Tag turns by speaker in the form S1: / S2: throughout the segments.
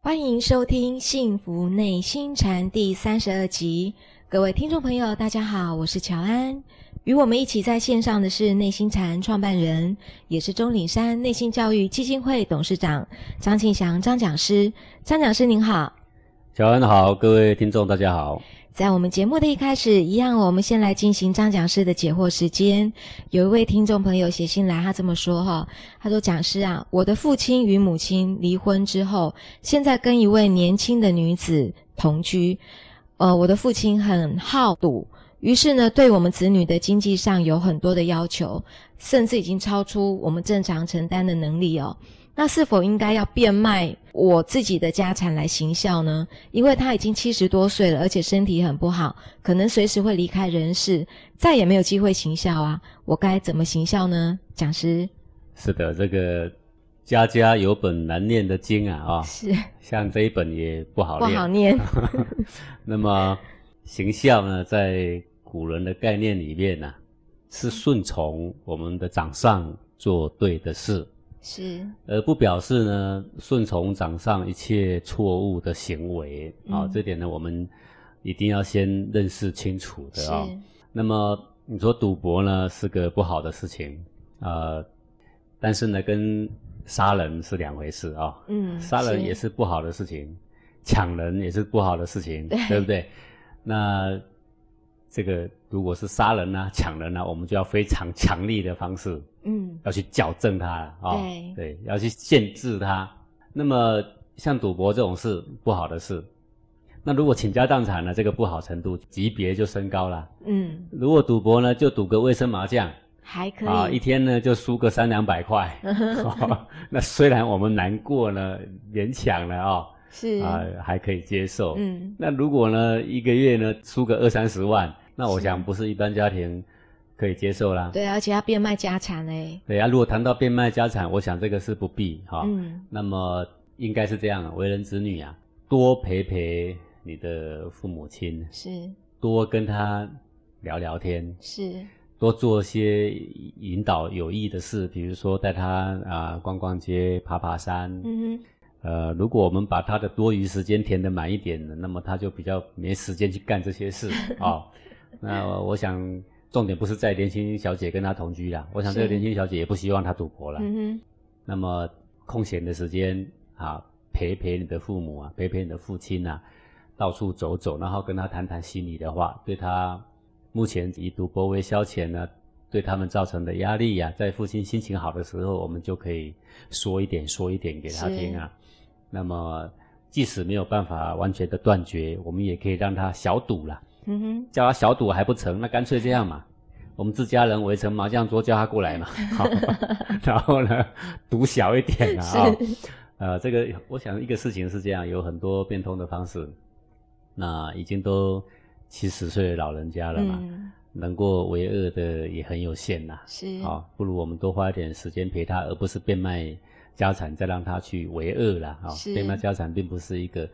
S1: 欢迎收听《幸福内心禅》第三十二集。各位听众朋友，大家好，我是乔安。与我们一起在线上的是内心禅创办人，也是钟岭山内心教育基金会董事长张庆祥张讲师。张讲师您好，
S2: 乔安好，各位听众大家好。
S1: 在我们节目的一开始，一样，我们先来进行张讲师的解惑时间。有一位听众朋友写信来，他这么说哈，他说：“讲师啊，我的父亲与母亲离婚之后，现在跟一位年轻的女子同居。呃，我的父亲很好赌，于是呢，对我们子女的经济上有很多的要求，甚至已经超出我们正常承担的能力哦。”那是否应该要变卖我自己的家产来行孝呢？因为他已经七十多岁了，而且身体很不好，可能随时会离开人世，再也没有机会行孝啊！我该怎么行孝呢？讲师
S2: 是的，这个家家有本难念的经啊，啊、哦，
S1: 是
S2: 像这一本也不好
S1: 不
S2: 念。
S1: 好念，
S2: 那么行孝呢，在古人的概念里面呢、是顺从我们的长上做对的事，
S1: 是
S2: 而不表示呢顺从掌上一切错误的行为啊、
S1: 嗯
S2: 这点呢我们一定要先认识清楚的
S1: 是
S2: 啊、那么你说赌博呢是个不好的事情，呃，但是呢跟杀人是两回事啊、
S1: 嗯，
S2: 杀人也是不好的事情，抢人也是不好的事情，
S1: 对
S2: 不对？那这个如果是杀人啊、抢人啊，我们就要非常强力的方式
S1: 嗯，
S2: 要去矫正它啊、
S1: 对
S2: 对，要去限制它。那么像赌博这种事不好的事，那如果倾家荡产呢，这个不好程度级别就升高了。
S1: 嗯，
S2: 如果赌博呢，就赌个卫生麻将
S1: 还可以，
S2: 啊，一天呢就输个三两百块、 哦那虽然我们难过呢，勉强了啊、
S1: 是
S2: 啊、还可以接受。
S1: 嗯，
S2: 那如果呢一个月呢输个二三十万，那我
S1: 是
S2: 想不是一般家庭可以接受啦。
S1: 对，啊而且要变卖家产嘞，
S2: 对啊，如果谈到变卖家产，我想这个是不必哈、
S1: 嗯，
S2: 那么应该是这样，为人子女啊，多陪陪你的父母亲，
S1: 是
S2: 多跟他聊聊天，
S1: 是，
S2: 多做些引导有益的事，比如说带他啊、逛逛街、爬爬山。
S1: 嗯哼，
S2: 呃，如果我们把他的多余时间填得满一点，那么他就比较没时间去干这 些事啊、那我想重点不是在年轻小姐跟他同居啦，我想这个
S1: 是
S2: 年轻小姐也不希望他赌博啦。
S1: 嗯
S2: 那么空闲的时间啊，陪陪你的父母啊，陪陪你的父亲啊，到处走走，然后跟他谈谈心里的话，对他目前以赌博为消遣呢、对他们造成的压力呀、在父亲心情好的时候，我们就可以说一点说一点给他听啊。那么即使没有办法完全的断绝，我们也可以让他小赌啦，
S1: 哼，嗯哼，
S2: 叫他小赌还不成，那干脆这样嘛，我们自家人围成麻将桌，叫他过 来嘛，好然后呢，赌小一点啊、哦
S1: 是，
S2: 呃，这个我想一个事情是这样，有很多变通的方式，那已经都七十岁的老人家了嘛，
S1: 嗯，
S2: 能够为恶的也很有限呐、
S1: 是，
S2: 好、不如我们多花一点时间陪他，而不是变卖家产再让他去为恶啦。啊、
S1: 是
S2: 变卖家产并不是一个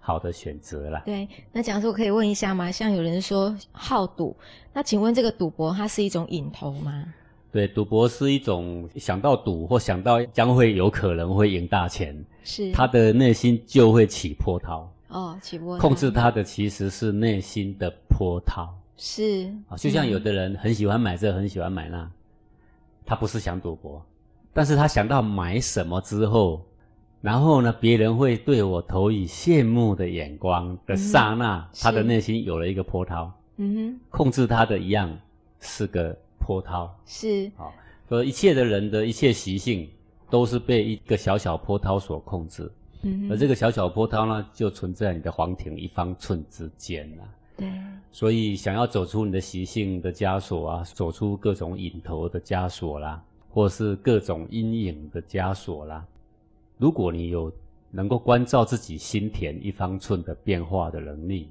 S2: 好的选择啦。
S1: 对，那讲师，我可以问一下吗？像有人说好赌，那请问这个赌博它是一种瘾头吗？
S2: 对，赌博是一种想到赌或想到将会有可能会赢大钱，
S1: 是
S2: 他的内心就会起波涛。
S1: 哦，起波
S2: 控制他的其实是内心的波涛
S1: 是
S2: 啊，就像有
S1: 嗯
S2: 的人很喜欢买这，很喜欢买那，他不是想赌博，但是他想到买什么之后，然后呢，别人会对我投以羡慕的眼光的刹那，他的
S1: 嗯是
S2: 内心有了一个波涛，
S1: 嗯
S2: 控制他的一样是个波涛。
S1: 哼是
S2: 好，所以一切的人的一切习性都是被一个小小波涛所控制，
S1: 嗯
S2: 而
S1: 哼
S2: 这个小小波涛呢，就存在你的黄庭一方寸之间啊。
S1: 对
S2: 所以，想要走出你的习性的枷锁啊，走出各种瘾头的枷锁啦，或是各种阴影的枷锁啦，如果你有能够关照自己心田一方寸的变化的能力，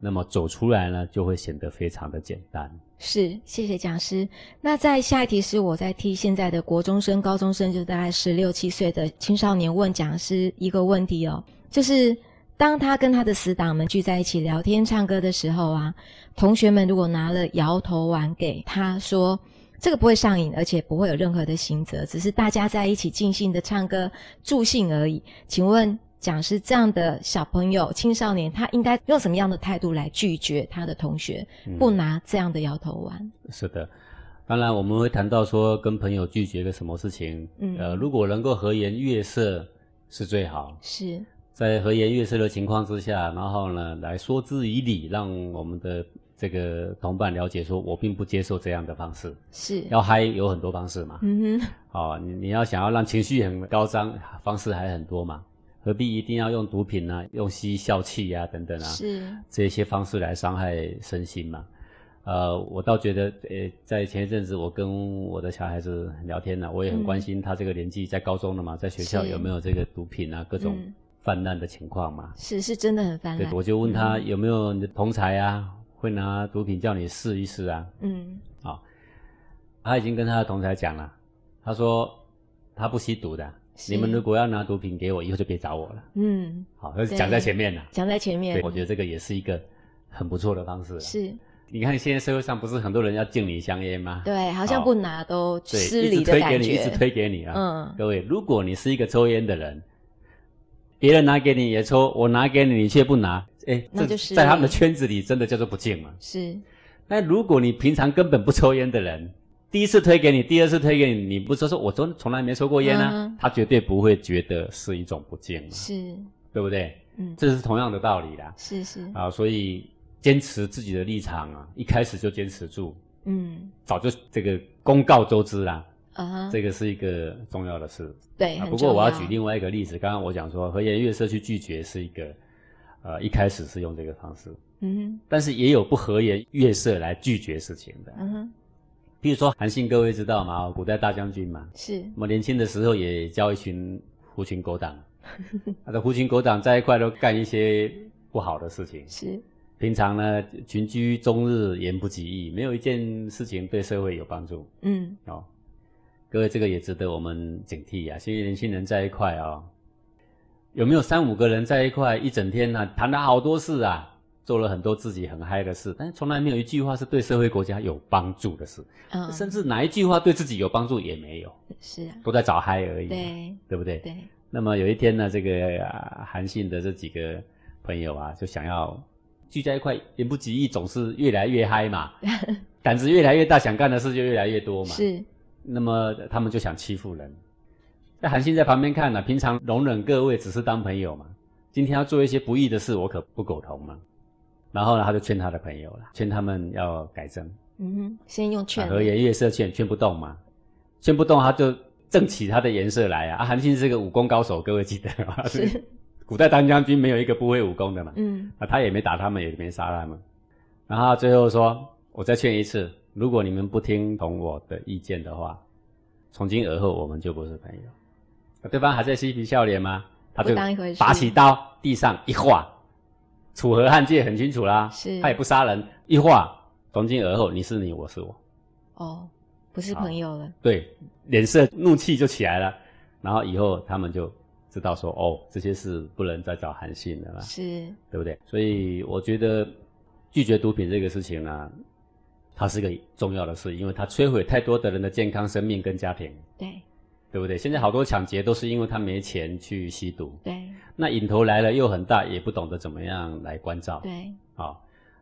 S2: 那么走出来呢，就会显得非常的简单。
S1: 是谢谢讲师。那在下一题是我在替现在的国中生、高中生，就大概十六七岁的青少年问讲师一个问题哦，就是。当他跟他的死党们聚在一起聊天、唱歌的时候啊，同学们如果拿了摇头丸给他说，这个不会上瘾，而且不会有任何的刑责，只是大家在一起尽兴的唱歌助兴而已。请问讲师这样的小朋友、青少年，他应该用什么样的态度来拒绝他的同学，
S2: 嗯
S1: 不拿这样的摇头丸？
S2: 是的，当然我们会谈到说跟朋友拒绝个什么事情，
S1: 嗯
S2: 呃，如果能够和颜悦色是最好。
S1: 是，
S2: 在和颜悦色的情况之下，然后呢，来说之以理，让我们的这个同伴了解说，我并不接受这样的方式。
S1: 是，
S2: 要嗨有很多方式嘛，
S1: 嗯哼，
S2: 哦，你你要想要让情绪很高涨，方式还很多嘛，何必一定要用毒品啊、用吸笑气啊等等啊
S1: 是，
S2: 这些方式来伤害身心嘛？呃，我倒觉得，呃，在前一阵子我跟我的小孩子聊天呢、我也很
S1: 嗯
S2: 关心他这个年纪在高中了嘛，在学校
S1: 是
S2: 有没有这个毒品啊各种
S1: 嗯
S2: 泛滥的情况嘛？
S1: 是是真的很泛
S2: 对
S1: 滥，，
S2: 我就问他
S1: 嗯
S2: 有没有你的同才啊，会拿毒品叫你试一试啊？
S1: 嗯，
S2: 他已经跟他的同才讲了，他说他不吸毒的，
S1: 是
S2: 你们如果要拿毒品给我，以后就别找我了。
S1: 嗯，
S2: 好，那是
S1: 对
S2: 讲在前面了。
S1: 讲在前面
S2: 对，，我觉得这个也是一个很不错的方式、啊。，
S1: 是
S2: 你看现在社会上不是很多人要敬你香烟吗？
S1: 对，好像
S2: 好
S1: 不拿都
S2: 对，
S1: 失
S2: 一
S1: 礼的
S2: 直推给
S1: 感
S2: 你，一直
S1: 觉，
S2: 推给你啊。
S1: 嗯，
S2: 各位，如果你是一个抽烟的人，别人拿给你也抽，我拿给你你却不拿，哎，
S1: 那
S2: 这
S1: 就是
S2: 在他们的圈子里真的叫做不敬嘛。
S1: 是，
S2: 那如果你平常根本不抽烟的人，第一次推给你，第二次推给你，你不说说我从从来没抽过烟啊，
S1: 嗯
S2: 他绝对不会觉得是一种不敬嘛，
S1: 是，
S2: 对不对？
S1: 嗯，
S2: 嗯这是同样的道理啦。
S1: 是是，
S2: 啊，所以坚持自己的立场啊，一开始就坚持住，
S1: 嗯，
S2: 早就这个公告周知啦，
S1: 啊哈，
S2: 这个是一个重要的事。
S1: 对，
S2: 啊，
S1: 很
S2: 不过我要
S1: 重
S2: 举另外一个例子，刚刚我讲说和颜悦色去拒绝是一个，呃，一开始是用这个方式，
S1: 嗯
S2: 但是也有不和颜悦色来拒绝事情的
S1: 哼，。嗯哼，
S2: 比如说韩信，各位知道吗？古代大将军嘛，
S1: 是，
S2: 我们年轻的时候也教一群狐群狗 党，他的狐群狗党在一块都干一些不好的事情。
S1: 是，
S2: 平常呢，群居终日，言不及义，没有一件事情对社会有帮助
S1: 嗯，
S2: 哦。各位，这个也值得我们警惕啊！现在年轻人在一块哦，有没有三五个人在一块一整天呢、啊谈了好多事啊，做了很多自己很嗨的事，但是从来没有一句话是对社会国家有帮助的事。
S1: 嗯，
S2: 甚至哪一句话对自己有帮助也没有，
S1: 是啊，
S2: 都在找嗨而已，
S1: 对
S2: 对不对？
S1: 对，
S2: 那么有一天呢，这个、啊韩信的这几个朋友啊，就想要聚在一块，言不及义，总是越来越嗨 嘛，胆子越来越大，想干的事就越来越多嘛。。
S1: 是，
S2: 那么他们就想欺负人。那韩信在旁边看呢、啊平常容忍各位只是当朋友嘛，今天要做一些不义的事，我可不苟同嘛。然后呢，他就劝他的朋友了，劝他们要改正。
S1: 嗯哼，先用
S2: 啊
S1: 劝
S2: 和
S1: 的
S2: 颜悦色劝劝不动嘛，劝不动他就正起他的颜色来啊！啊，韩信是个武功高手，各位记得吗？
S1: 是，
S2: 古代当将军没有一个不会武功的嘛，
S1: 嗯，
S2: 啊，他也没打他们，也没杀他们。然后最后说：“我再劝一次，如果你们不听从我的意见的话，从今而后我们就不是朋友。”啊对方还在嬉皮笑脸吗？他就
S1: 不当一回事
S2: 拔起刀，地上一划，楚河汉界很清楚啦，
S1: 是
S2: 他也不杀人，一划，从今而后你是你，我是我。
S1: 哦，不是朋友了，
S2: 对，脸色怒气就起来了。然后以后他们就知道说，哦，这些事不能再找韩信了啦，
S1: 是，
S2: 对不对？所以我觉得拒绝毒品这个事情呢、啊它是个重要的事，因为它摧毁太多的人的健康、生命跟家庭，
S1: 对
S2: 对不对？现在好多抢劫都是因为他没钱去吸毒，
S1: 对
S2: 那瘾头来了又很大，也不懂得怎么样来关照。
S1: 对，
S2: 啊、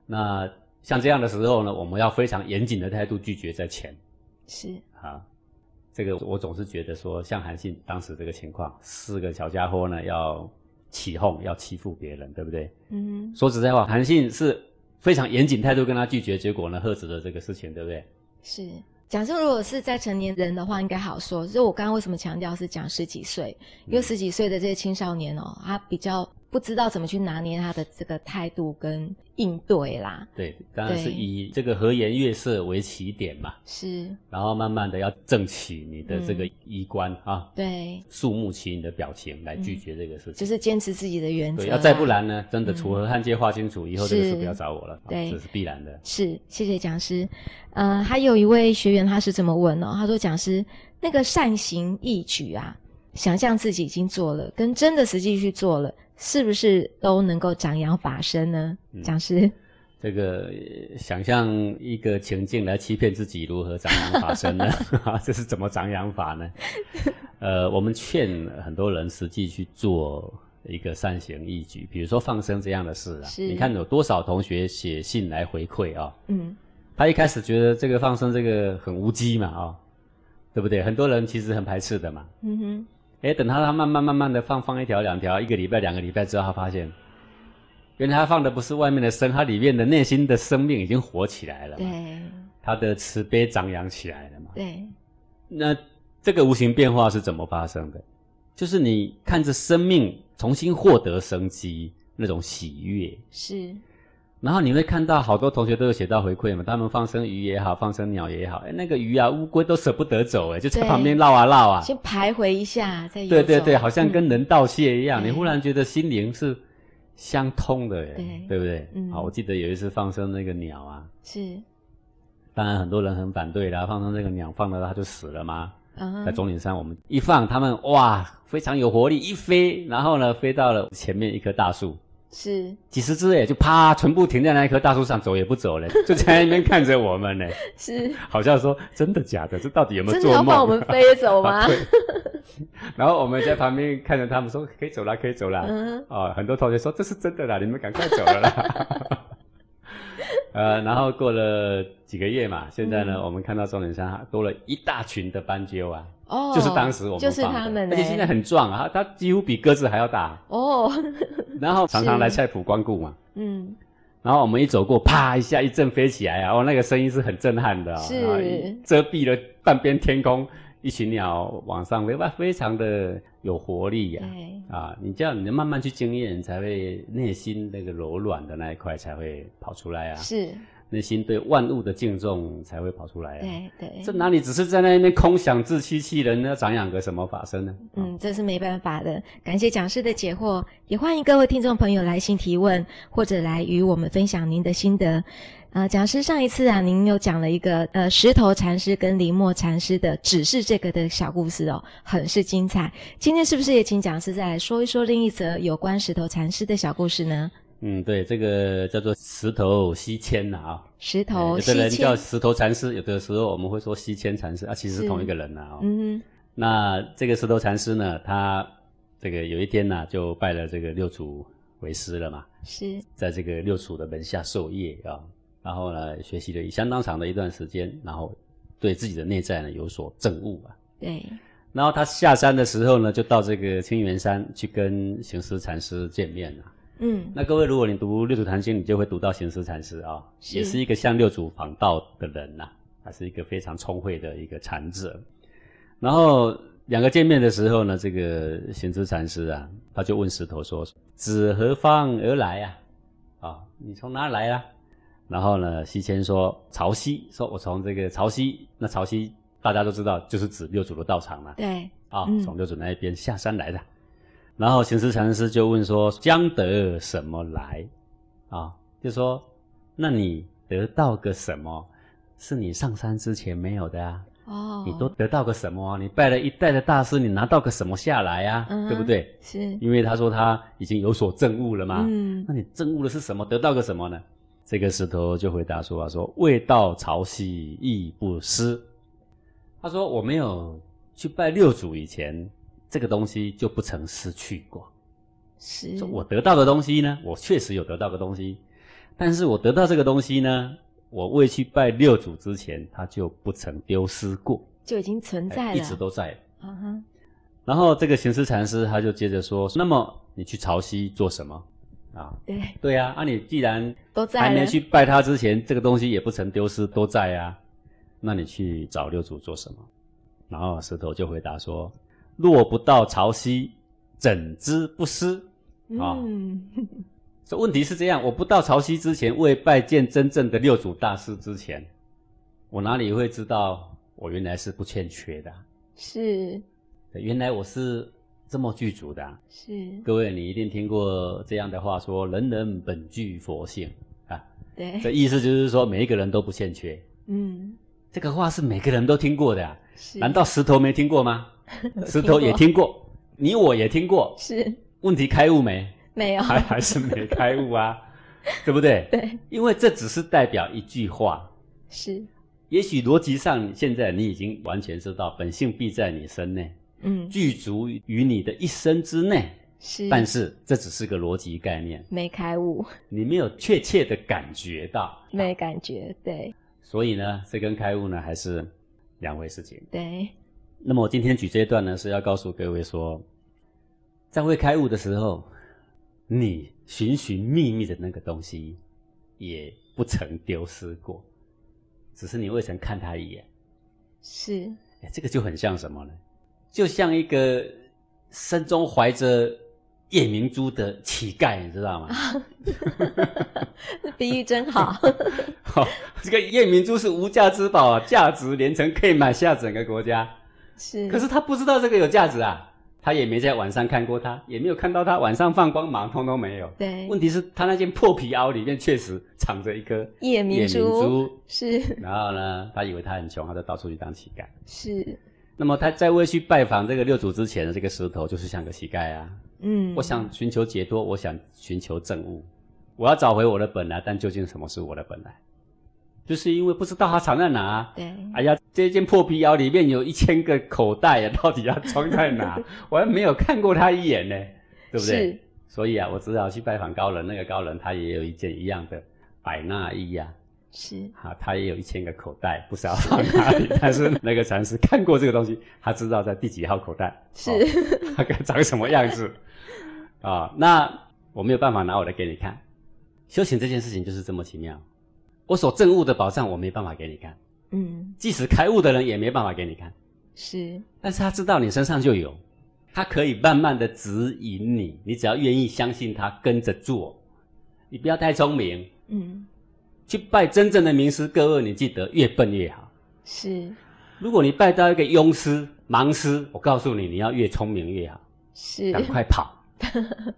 S2: 那像这样的时候呢，我们要非常严谨的态度拒绝在前。
S1: 是，
S2: 啊，这个我总是觉得说，像韩信当时这个情况，四个小家伙呢要起哄，要欺负别人，对不对？
S1: 嗯哼，
S2: 说实在话，韩信是非常严谨态度跟他拒绝，结果呢，喝止了这个事情，对不对？
S1: 是。假设如果是在成年人的话，应该好说。所以我刚刚为什么强调是讲十几岁，因为十几岁的这些青少年哦，他比较不知道怎么去拿捏他的这个态度跟应对啦。
S2: 对，当然是
S1: 对
S2: 以这个和颜悦色为起点嘛，
S1: 是，
S2: 然后慢慢的要正起你的这个
S1: 嗯
S2: 衣冠、啊，
S1: 对，
S2: 肃穆起你的表情来拒绝这个事情。
S1: 嗯就是坚持自己的原则
S2: 对，
S1: 啦。
S2: 要再不然呢，真的
S1: 嗯
S2: 楚河汉界划清楚，以后这个事
S1: 是
S2: 不要找我了，啊
S1: 对
S2: 这是必然的。
S1: 是，谢谢讲师。呃，还有一位学员他是这么问哦，他说：“讲师，那个善行义举啊，想象自己已经做了，跟真的实际去做了，是不是都能够长扬法身呢？”
S2: 嗯
S1: 讲师
S2: 这个呃想象一个情境来欺骗自己，如何张扬法身呢？啊这是怎么张扬法呢？呃，我们劝很多人实际去做一个善行义举，比如说放生这样的事啊，
S1: 是
S2: 你看有多少同学写信来回馈啊、
S1: 嗯，
S2: 他一开始觉得这个放生这个很无稽嘛啊、对不对？很多人其实很排斥的嘛。
S1: 嗯哼，
S2: 哎，等他他慢慢慢慢的放放一条两条，一个礼拜两个礼拜之后，他发现，原来他放的不是外面的生，他里面的内心的生命已经活起来了嘛，
S1: 对
S2: 他的慈悲张扬起来了嘛。
S1: 对，
S2: 那这个无形变化是怎么发生的？就是你看着生命重新获得生机那种喜悦，
S1: 是，
S2: 然后你会看到好多同学都有写到回馈嘛，他们放生鱼也好，放生鸟也好，哎，那个鱼啊、乌龟都舍不得走，哎，就在
S1: 对
S2: 旁边绕啊绕啊。
S1: 先徘徊一下再游
S2: 对对
S1: 走
S2: 对，好像跟
S1: 嗯
S2: 人道谢一样，
S1: 嗯
S2: 你忽然觉得心灵是相通的，哎
S1: 对
S2: 对不对？
S1: 嗯
S2: 好，我记得有一次放生那个鸟啊，
S1: 是，
S2: 当然很多人很反对啦，放生那个鸟放了它就死了嘛，
S1: 嗯
S2: 在
S1: 哼，
S2: 钟岭山，我们一放，他们哇，非常有活力，一飞，然后呢，飞到了前面一棵大树，
S1: 是
S2: 几十只也就啪，全部停在那一棵大树上，走也不走了， 就在那边看着我们呢，
S1: 是，
S2: 好像说真的假的，这到底有没有
S1: 真的
S2: 做
S1: 要
S2: 梦？
S1: 放我 们飞走吗
S2: 啊？对然后我们在旁边看着他们说，可以走了，可以走了。
S1: 嗯，
S2: 哦，很多同学说这是真的啦，你们赶快走 了啦。呃，然后过了几个月嘛，现在呢，
S1: 嗯
S2: 我们看到钟岭山多了一大群的斑鸠啊，
S1: 哦，
S2: 就是当时我们
S1: 就是
S2: 放的
S1: 他们欸呢，
S2: 而且现在很壮啊，它它几乎比鸽子还要大。
S1: 哦，
S2: 然后常常
S1: 是
S2: 来菜圃光顾嘛，
S1: 嗯，
S2: 然后我们一走过，啪一下一阵飞起来啊，哦，那个声音是很震撼的、哦，
S1: 是
S2: 然后一遮蔽了半边天空，一群鸟往上飞，哇，非常的有活力呀、
S1: 对，
S2: 啊。你这样，你慢慢去经验，你才会内心那个柔软的那一块才会跑出来啊，
S1: 是，
S2: 内心对万物的敬重才会跑出来啊。
S1: 对对，
S2: 这哪里只是在那边空想自欺欺人呢？长养个什么法身呢？啊
S1: 嗯，这是没办法的。感谢讲师的解惑，也欢迎各位听众朋友来信提问，或者来与我们分享您的心得。呃，讲师上一次啊，您有讲了一个呃石头禅师跟林墨禅师的指示这个的小故事哦，很是精彩。今天是不是也请讲师再来说一说另一则有关石头禅师的小故事呢？
S2: 嗯，对，这个叫做石头西迁呐啊。
S1: 石
S2: 对
S1: 头
S2: 有的
S1: 西
S2: 人叫
S1: 迁，
S2: 石头禅师，有的时候我们会说西迁禅师啊，其实是同一个人呐、哦。
S1: 嗯哼，
S2: 那这个石头禅师呢，他这个有一天呢、就拜了这个六祖为师了嘛，
S1: 是，
S2: 在这个六祖的门下授业啊、然后呢，学习了相当长的一段时间，然后对自己的内在呢有所证悟啊。
S1: 对，
S2: 然后他下山的时候呢，就到这个清源山去跟行思禅师见面了、
S1: 嗯，
S2: 那各位，如果你读六祖坛经，你就会读到行思禅师啊、
S1: 是
S2: 也是一个向六祖访道的人呐、他是一个非常聪慧的一个禅者。然后两个见面的时候呢，这个行思禅师啊，他就问石头说：“子何方而来啊？啊、你从哪来啊？”然后呢，西迁说：“潮汐，说我从这个潮汐。那潮汐大家都知道，就是指六祖的道场嘛。
S1: 对，
S2: 啊、
S1: 嗯
S2: 从六祖那一边下山来的。然后行思禅师就问说：“将得什么来？”啊，就说：“那你得到个什么？是你上山之前没有的啊？
S1: 哦，
S2: 你都得到个什么？你拜了一代的大师，你拿到个什么下来啊？
S1: 嗯哼
S2: 对不对？
S1: 是，
S2: 因为他说他已经有所证悟了嘛。
S1: 嗯，
S2: 那你证悟的是什么？得到个什么呢？”这个石头就回答说：“啊，说未到潮汐亦不失。”他说：“我没有去拜六祖以前，这个东西就不曾失去过。
S1: 是，
S2: 说我得到的东西呢，我确实有得到个东西，但是我得到这个东西呢，我未去拜六祖之前，它就不曾丢失过，
S1: 就已经存在
S2: 哎
S1: 了，
S2: 一直，都在。
S1: 嗯哼，
S2: 然后这个行思禅师他就接着说：那么你去潮汐做什么？啊，
S1: 对，
S2: 对啊，啊你既然
S1: 都在了，
S2: 还没去拜他之前，这个东西也不曾丢失，都在啊。那你去呃找六祖做什么？然后石头就回答说：“若不到潮汐，怎知不失啊
S1: 嗯，？”
S2: 这问题是这样：我不到潮汐之前，未拜见真正的六祖大师之前，我哪里会知道我原来是不欠缺的啊、
S1: 是
S2: 原来我是这么具足的啊、
S1: 是，
S2: 各位，你一定听过这样的话说：“人人本具佛性。”啊，
S1: 对，
S2: 这意思就是说，每一个人都不欠缺。
S1: 嗯，
S2: 这个话是每个人都听过的、啊，
S1: 是，呃
S2: 难道石头没听过吗？石头也
S1: 过
S2: 听过，你我也听过。
S1: 是
S2: 问题开悟没？
S1: 没有？
S2: 还还是没开 悟啊，对不对？
S1: 对，
S2: 因为这只是代表一句话，
S1: 是，
S2: 也许逻辑上现在你已经完全知道，本性必在你身内，
S1: 嗯，
S2: 具足于你的一生之内。
S1: 是，
S2: 但是这只是个逻辑概念，
S1: 没开悟，
S2: 你没有确切的感觉到，
S1: 没感觉，对
S2: 所以呢，这跟开悟呢还是两回事情。
S1: 对，
S2: 那么我今天举这一段呢，是要告诉各位说，在未开悟的时候，你寻寻觅觅的那个东西，也不曾丢失过，只是你未曾看它一眼。
S1: 是
S2: 哎，这个就很像什么呢？就像一个身中怀着夜明珠的乞丐，你知道吗？
S1: 这比喻真好，
S2: 哎好、哦这个夜明珠是无价之宝啊，价值连城，可以买下整个国家。
S1: 是，
S2: 可是他不知道这个有价值啊，他也没在晚上看过它，也没有看到它晚上放光芒，通通没有。
S1: 对，
S2: 问题是，他那件破皮袄里面确实藏着一颗
S1: 夜明珠
S2: 珠
S1: 是
S2: 然后呢，他以为他很穷，他就到处去当乞丐。
S1: 是，
S2: 那么他在未去拜访这个六祖之前，这个石头就是像个乞丐啊。
S1: 嗯，
S2: 我想寻求解脱，我想寻求正悟，我要找回我的本来，但究竟什么是我的本来？就是因为不知道它藏在哪、啊。
S1: 对，
S2: 哎呀，这件破皮袄里面有一千个口袋呀、到底要装在哪？我还没有看过它一眼呢，对不对？
S1: 是
S2: 所以啊，我只好去拜访高人，那个高人他也有一件一样的百纳衣呀、
S1: 是
S2: 啊，他也有一千个口袋，不知道放哪里。但是那个禅师看过这个东西，他知道在第几号口袋，
S1: 是、
S2: 哦它该长什么样子啊、那我没有办法拿我的给你看。修行这件事情就是这么奇妙，我所证悟的宝藏我没办法给你看，
S1: 嗯
S2: 即使开悟的人也没办法给你看，
S1: 是
S2: 但是他知道你身上就有，他可以慢慢的指引你，你只要愿意相信他，跟着做，你不要太聪明，
S1: 嗯
S2: 去拜真正的名师，各位你记得越笨越好。
S1: 是
S2: 如果你拜到一个庸师、盲师，我告诉你，你要越聪明越好，
S1: 是
S2: 赶快跑，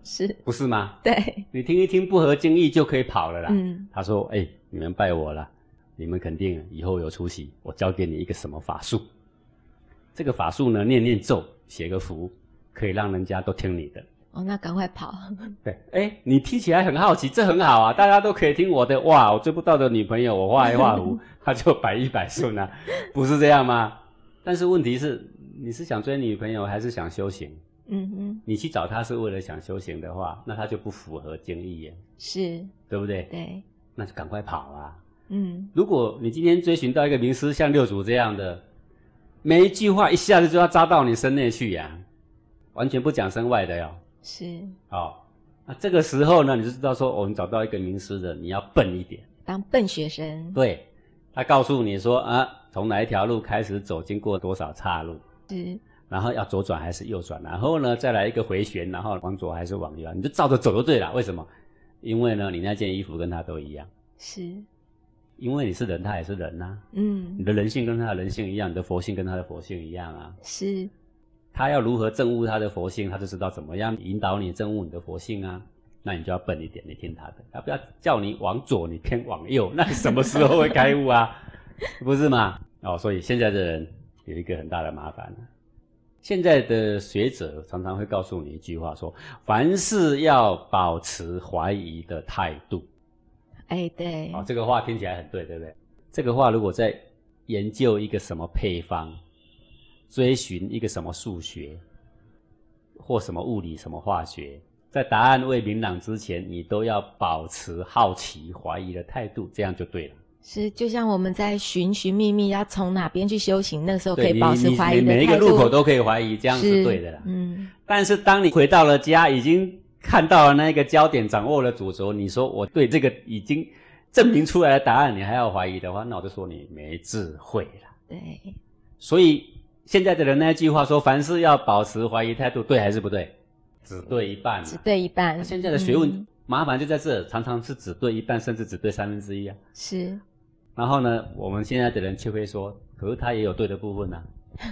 S1: 是，
S2: 不是吗？
S1: 对，
S2: 你听一听不合经意就可以跑了啦。
S1: 嗯
S2: 他说：“哎、你们拜我了，你们肯定以后有出息。我教给你一个什么法术？这个法术呢，念念咒，写个符，可以让人家都听你的。
S1: 哦，那赶快跑，
S2: 对，哎、你听起来很好奇，这很好啊，大家都可以听我的。哇，我追不到的女朋友，我画一画符，她就百依百顺啊，不是这样吗？但是问题是，你是想追女朋友还是想修行？
S1: 嗯哼，
S2: 你去找她是为了想修行的话，那她就不符合经义耶，
S1: 是
S2: 对不对？
S1: 对，
S2: 那就赶快跑啊！
S1: 嗯
S2: 如果你今天追寻到一个名师，像六祖这样的，每一句话一下子就要扎到你身内去呀、完全不讲身外的哟。
S1: 是
S2: 好、那这个时候呢，你就知道说，我、们找到一个名师的，你要笨一点。
S1: 当笨学生，
S2: 对，他告诉你说啊，从哪一条路开始走，经过多少岔路，
S1: 是
S2: 然后要左转还是右转，然后呢再来一个回旋，然后往左还是往右啊，你就照着走就对了。为什么？因为呢，你那件衣服跟他都一样，
S1: 是，
S2: 因为你是人，他也是人呐、你
S1: 嗯
S2: 的人性跟他的人性一样，你的佛性跟他的佛性一样啊。
S1: 是
S2: 他要如何证悟他的佛性，他就知道怎么样引导你证悟你的佛性啊。那你就要笨一点，你听他的，他不要叫你往左，你偏往右，那你什么时候会开悟啊？ 不是吗？哦，所以现在的人有一个很大的麻烦、啊、现在的学者常常会告诉你一句话说凡事要保持怀疑的态度。
S1: 哎对，
S2: 哦，这个话听起来很对，对不对？这个话如果在研究一个什么配方，追寻一个什么数学，或什么物理、什么化学，在答案未明朗之前，你都要保持好奇、怀疑的态度，这样就对了。
S1: 是，就像我们在寻寻觅觅要从哪边去修行，那个时候可
S2: 对
S1: 以
S2: 你
S1: 保持
S2: 你
S1: 怀疑
S2: 你
S1: 的
S2: 每一个
S1: 态
S2: 路口
S1: 度
S2: 都可以怀疑，这样是
S1: 是
S2: 对的啦。
S1: 嗯，
S2: 但是当你回到了家，已经看到了那个焦点，掌握了主轴，你说我对这个已经证明出来的答案，你还要怀疑的话，那我就说你没智慧了。
S1: 对，
S2: 所以现在的人那一句话说，凡事要保持怀疑态度，对还是不对？只对一半、
S1: 只
S2: 啊。
S1: 对一半。
S2: 现在的学问、
S1: 嗯
S2: 麻烦就在这，常常是只对一半，甚至只对三分之一啊。
S1: 是
S2: 然后呢，我们现在的人却会说，可是他也有对的部分呢、啊。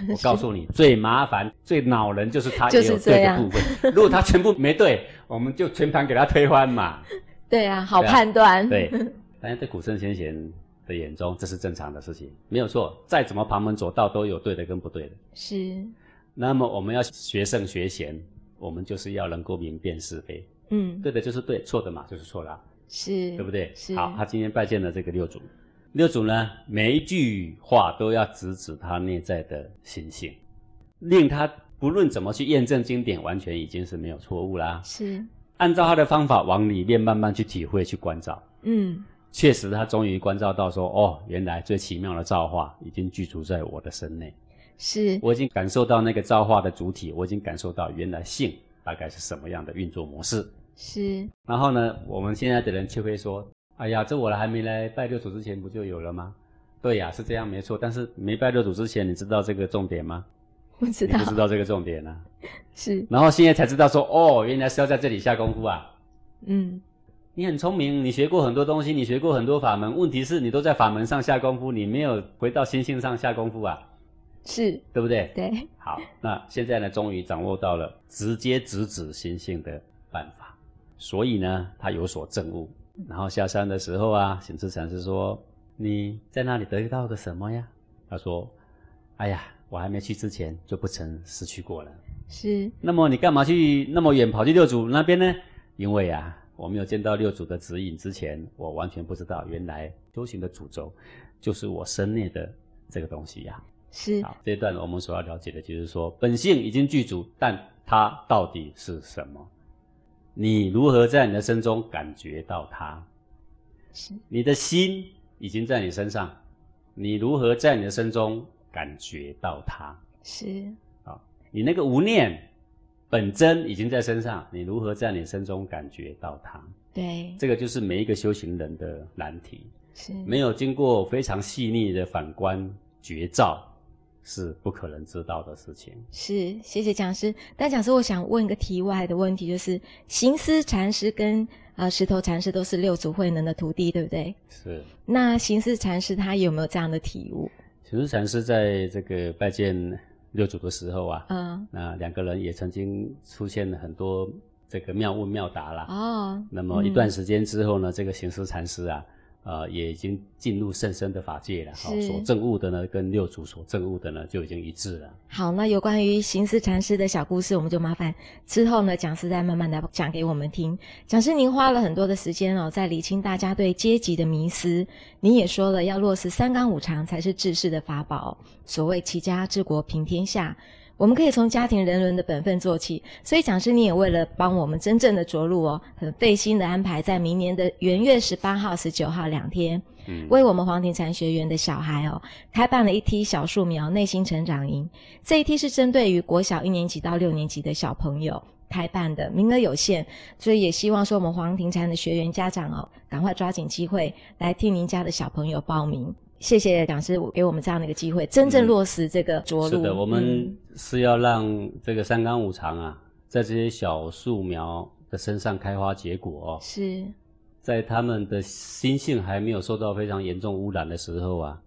S2: 我告诉你，最麻烦、最恼人就是他
S1: 就
S2: 也
S1: 是
S2: 有对的部分。如果他全部没对，我们就全盘给他推翻 嘛。
S1: 对啊，好
S2: 对啊
S1: 判断。
S2: 对，但是在古圣先贤的眼中，这是正常的事情，没有错。再怎么旁门左道，都有对的跟不对的。
S1: 是，
S2: 那么我们要学圣学贤，我们就是要能够明辨是非，
S1: 嗯，
S2: 对的就是对，错的嘛就是错啦，
S1: 是，
S2: 对不对？
S1: 是，
S2: 好，他今天拜见了这个六祖，六祖呢每一句话都要直指他内在的心性，令他不论怎么去验证经典，完全已经是没有错误啦。
S1: 是，
S2: 按照他的方法往里面慢慢去体会、去关照，
S1: 嗯，
S2: 确实他终于关照到说，哦，原来最奇妙的造化已经具足在我的身内，
S1: 是，
S2: 我已经感受到那个造化的主体，我已经感受到原来性大概是什么样的运作模式。
S1: 是，
S2: 然后呢，我们现在的人却会说：“哎呀，这我还没来拜六祖之前不就有了吗？”对呀、是这样没错。但是没拜六祖之前，你知道这个重点吗？
S1: 我知
S2: 你
S1: 道
S2: 不，知道这个重点啊。
S1: 是，
S2: 然后现在才知道说：“哦，原来是要在这里下功夫啊！”
S1: 嗯，
S2: 你很聪明，你学过很多东西，你学过很多法门。问题是，你都在法门上下功夫，你没有回到心性上下功夫啊，
S1: 是，
S2: 对不对？
S1: 对，
S2: 好，那现在呢，终于掌握到了直接直指心性的办法，所以呢，他有所证悟。然后下山的时候啊，行智禅师说：“你在那里得到个什么呀？”他说：“哎呀，我还没去之前就不曾失去过了。
S1: 是，
S2: 那么你干嘛去那么远跑去六祖那边呢？因为啊，我没有见到六祖的指引之前，我完全不知道原来修行的主轴就是我身内的这个东西呀、
S1: 是，
S2: 好， 这一段我们所要了解的就是说，本性已经具足，但它到底是什么？你如何在你的身中感觉到它？
S1: 是，
S2: 你的心已经在你身上，你如何在你的身中感觉到它？
S1: 是，
S2: 你那个无念本真已经在身上，你如何在你身中感觉到它？
S1: 对，
S2: 这个就是每一个修行人的难题。
S1: 是，
S2: 没有经过非常细腻的反观觉照，是不可能知道的事情。
S1: 是，谢谢讲师。但讲师，我想问一个题外的问题，就是行思禅师跟呃石头禅师都是六祖慧能的徒弟，对不对？
S2: 是，
S1: 那行思禅师他有没有这样的体悟？
S2: 玄师禅师在这个拜见六祖的时候啊，
S1: 嗯、
S2: 那两个人也曾经出现了很多这个妙问妙答啦。
S1: 哦，
S2: 那么一段时间之后呢，这个行师禅师啊，呃，也已经进入甚深的法界了，
S1: 嗯是
S2: 哦所证悟的呢，跟六祖所证悟的呢，就已经一致了。
S1: 好，那有关于行思禅师的小故事，我们就麻烦之后呢，讲师再慢慢的讲给我们听。讲师，您花了很多的时间哦，在理清大家对阶级的迷思。您也说了，要落实三纲五常才是治世的法宝。所谓齐家治国平天下，我们可以从家庭人伦的本分做起。所以，讲师你也为了帮我们真正的着陆哦，很费心的安排在明年的元月十八号、十九号两天，
S2: 嗯，
S1: 为我们黄庭禅学员的小孩哦，开办了一批小树苗内心成长营。这一梯是针对于国小一年级到六年级的小朋友开办的，名额有限，所以也希望说我们黄庭禅的学员家长哦，赶快抓紧机会来替您家的小朋友报名。谢谢讲师给我们这样的一个机会，真正落实这个着陆。
S2: 是的，我
S1: 嗯
S2: 们是要让这个三纲五常啊，在这些小树苗的身上开花结果、哦。
S1: 是
S2: 在他们的心性还没有受到非常严重污染的时候啊，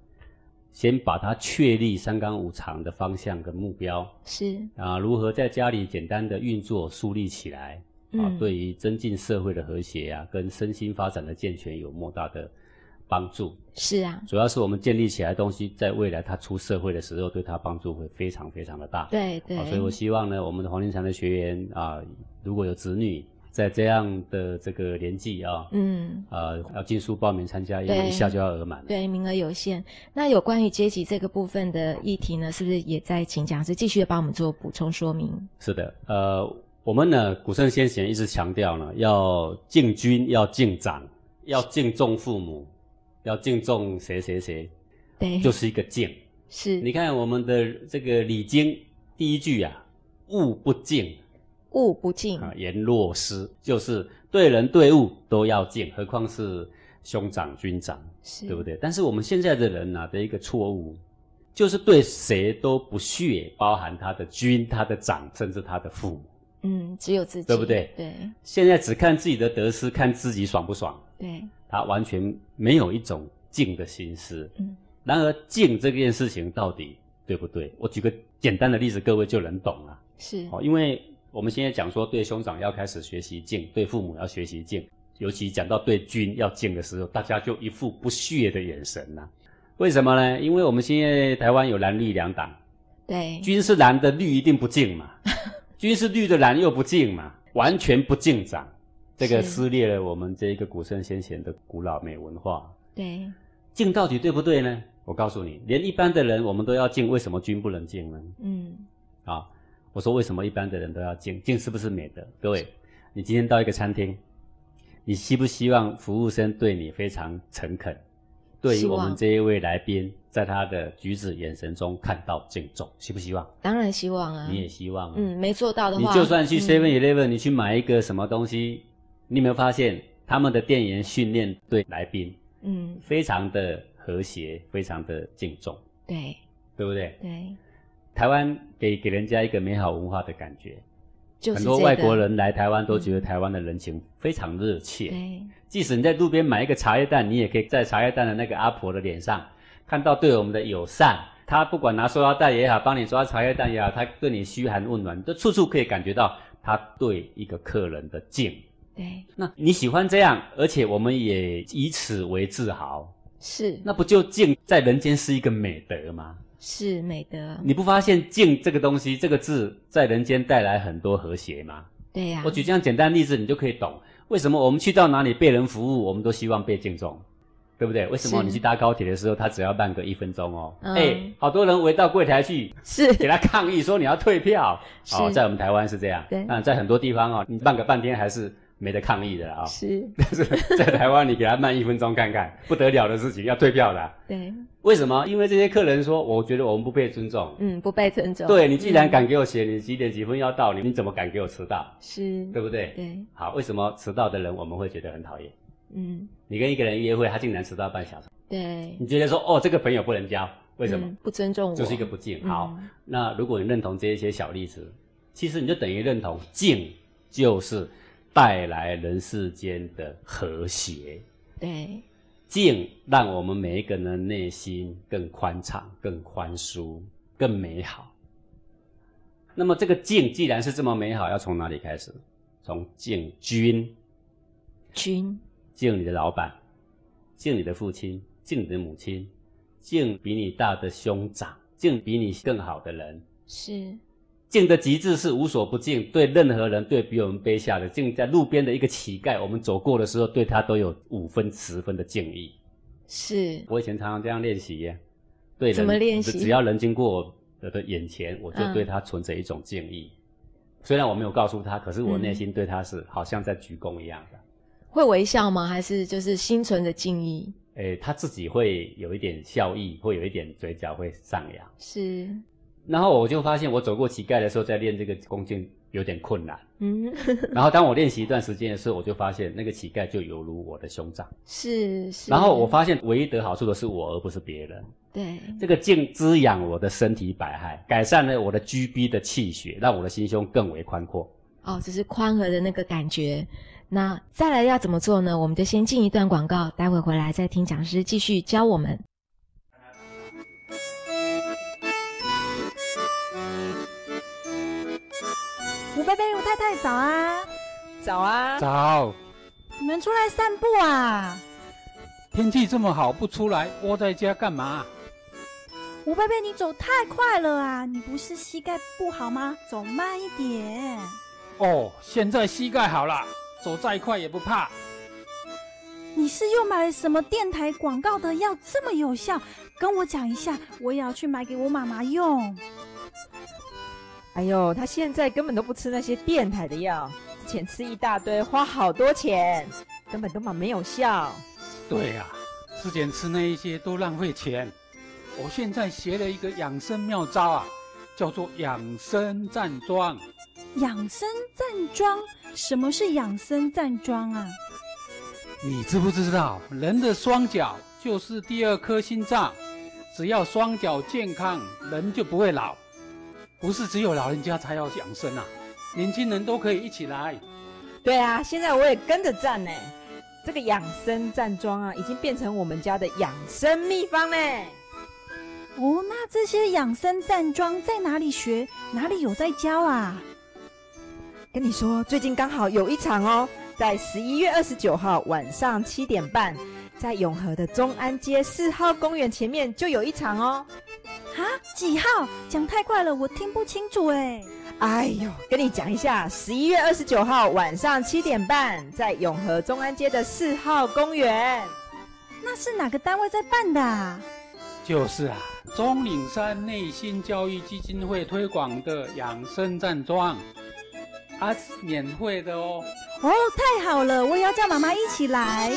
S2: 先把它确立三纲五常的方向跟目标
S1: 是，
S2: 啊，如何在家里简单的运作树立起来啊，
S1: 嗯，
S2: 对于增进社会的和谐啊，跟身心发展的健全有莫大的帮助。
S1: 是啊，
S2: 主要是我们建立起来的东西，在未来他出社会的时候，对他帮助会非常非常的大。
S1: 对对，
S2: 啊好，所以我希望呢，我们的黄金禅的学员啊，如果有子女在这样的这个年纪啊，
S1: 嗯。
S2: 呃，要尽速报名参加，因
S1: 对
S2: 为一下就要额满了。
S1: 对，名额有限。那有关于阶级这个部分的议题呢，是不是也在请讲师继续地帮我们做补充说明？
S2: 是的，呃，我们呢，古圣先贤一直强调呢，要敬君，要敬长，要敬重父母，要敬重谁谁谁，
S1: 对，
S2: 就是一个敬。
S1: 是
S2: 你看我们的这个《礼经》第一句啊，物不敬
S1: 物不敬，
S2: 啊，言若失，就是对人对物都要敬，何况是兄长、军长。
S1: 是
S2: 对不？对？但是我们现在的人呐、的一个错误，就是对谁都不屑，包含他的君、他的长，甚至他的父母。
S1: 嗯，只有自己，
S2: 对不对
S1: 对
S2: 现在只看自己的得失，看自己爽不爽，
S1: 对，
S2: 他完全没有一种敬的心思。
S1: 嗯，
S2: 然而敬这件事情到底对不对？我举个简单的例子，各位就能懂了。
S1: 是
S2: 哦，因为我们现在讲说对兄长要开始学习敬，对父母要学习敬，尤其讲到对君要敬的时候，大家就一副不屑的眼神呐、为什么呢？因为我们现在台湾有蓝绿两党，
S1: 对，
S2: 君是蓝的，绿一定不敬嘛；君是绿的，蓝又不敬嘛，完全不敬长。这个
S1: 是
S2: 撕裂了我们这一个古圣先贤的古老美文化。
S1: 对
S2: 敬到底对不对呢？我告诉你，连一般的人我们都要敬，为什么君不能敬呢？
S1: 嗯
S2: 啊，我说为什么一般的人都要敬？敬是不是美德？各位，你今天到一个餐厅，你希不希望服务生对你非常诚恳？对于
S1: 希
S2: 我们
S1: 望
S2: 这一位来宾，在他的举止眼神中看到敬重，希不希望？
S1: 当然希望啊。
S2: 你也希望啊。
S1: 嗯，没做到的
S2: 你
S1: 话，
S2: 就算去
S1: 嗯
S2: Seven Eleven，、你去买一个什么东西，你有没有发现他们的店员训练对来宾
S1: 嗯，
S2: 非常的和谐，非常的敬重，
S1: 对
S2: 对不对？
S1: 对，
S2: 台湾给给人家一个美好文化的感觉，
S1: 就是、
S2: 很
S1: 这
S2: 多
S1: 个
S2: 外国人来台湾都觉得
S1: 嗯
S2: 台湾的人情非常热切。
S1: 对
S2: 即使你在路边买一个茶叶蛋，你也可以在茶叶蛋的那个阿婆的脸上看到对我们的友善。她不管拿塑料袋也好，帮你抓茶叶蛋也好，她对你嘘寒问暖，都处处可以感觉到她对一个客人的敬。
S1: 对
S2: 那你喜欢这样，而且我们也以此为自豪，
S1: 是
S2: 那不就敬在人间是一个美德吗？
S1: 是美德，
S2: 你不发现“敬”这个东西，这个字在人间带来很多和谐吗？
S1: 对呀、
S2: 我举这样简单例子，你就可以懂为什么我们去到哪里被人服务，我们都希望被敬重，对不对？为什么
S1: 是
S2: 你去搭高铁的时候，他只要慢个一分钟哦？哎、
S1: 嗯
S2: 好多人围到柜 台去
S1: 是
S2: 给他抗议，说你要退票。
S1: 是
S2: 哦，在我们台湾是这样，
S1: 对
S2: 那在很多地方哦，你慢个半天还是没得抗议的啦、哦。
S1: 是，
S2: 但是在台湾，你给他慢一分钟看看，不得了的事情，要退票的啊、
S1: 对，
S2: 为什么？因为这些客人说，我觉得我们不被尊重。
S1: 嗯，不被尊重，
S2: 对你既然
S1: 嗯
S2: 敢给我写你几点几分要到，你你怎么敢给我迟到？
S1: 是，
S2: 对不对？
S1: 对，
S2: 好，为什么迟到的人我们会觉得很讨厌？
S1: 嗯，
S2: 你跟一个人约会，他竟然迟到半小时，
S1: 对，
S2: 你觉得说哦，这个朋友不能交，为什么？
S1: 嗯不尊重我？
S2: 就是一个不敬。
S1: 嗯
S2: 好，那如果你认同这一些小例子，其实你就等于认同敬就是带来人世间的和谐，
S1: 对，
S2: 敬让我们每一个人的内心更宽敞、更宽舒、更美好。那么这个敬既然是这么美好，要从哪里开始？从敬君
S1: 君
S2: 敬你的老板，敬你的父亲，敬你的母亲，敬比你大的兄长，敬比你更好的人。
S1: 是
S2: 敬的极致是无所不敬，对任何人，对比我们卑下的，敬在路边的一个乞丐，我们走过的时候，对他都有五分、十分的敬意。
S1: 是，
S2: 我以前常常这样练习耶，对人
S1: 怎么练习
S2: 只只要人经过我的眼前，我就
S1: 嗯
S2: 对他存着一种敬意。虽然我没有告诉他，可是我
S1: 嗯
S2: 内心对他是好像在鞠躬一样的。
S1: 会微笑吗？还是就是心存着敬意？
S2: 诶，他自己会有一点笑意，会有一点嘴角会上扬。
S1: 是，
S2: 然后我就发现，我走过乞丐的时候，在练这个弓箭有点困难。
S1: 嗯，
S2: 然后当我练习一段时间的时候，我就发现那个乞丐就犹如我的兄长。
S1: 是是。
S2: 然后我发现，唯一得好处的是我，而不是别人。
S1: 对
S2: 这个静滋养我的身体百骸，改善了我的 GB 的气血，让我的心胸更为宽阔。
S1: 哦，只是宽和的那个感觉。那再来要怎么做呢？我们就先进一段广告，待会回来再听讲师继续教我们。
S3: 吴贝贝、吴太太，早啊！
S4: 早啊，
S5: 早，
S3: 你们出来散步啊？
S5: 天气这么好，不出来窝在家干嘛？
S3: 吴贝贝，你走太快了啊！你不是膝盖不好吗？走慢一点。
S5: 哦，现在膝盖好了，走再快也不怕。
S3: 你是又买了什么电台广告的药这么有效？跟我讲一下，我也要去买给我妈妈用。
S4: 哎呦，他现在根本都不吃那些电台的药，之前吃一大堆，花好多钱，根本都嘛没有效。
S5: 对呀、之前吃那一些都浪费钱。我现在学了一个养生妙招啊，叫做养生站桩。
S3: 养生站桩，什么是养生站桩啊？
S5: 你知不知道，人的双脚就是第二颗心脏，只要双脚健康，人就不会老。不是只有老人家才要养生啊，年轻人都可以一起来。
S4: 对啊，现在我也跟着站呢。这个养生站桩啊，已经变成我们家的养生秘方呢。
S3: 哦，那这些养生站桩在哪里学？哪里有在教啊？
S4: 跟你说，最近刚好有一场哦，在十一月二十九号晚上七点半，在永和的中安街四号公园前面就有一场哦。
S3: 啊，几号？讲太快了，我听不清楚哎。
S4: 哎呦，跟你讲一下，十一月二十九号晚上七点半，在永和中安街的四号公园。
S3: 那是哪个单位在办的、啊？
S5: 就是啊，钟岭山内心教育基金会推广的养生站桩，啊，是免费的哦。
S3: 哦，太好了，我也要叫妈妈一起来。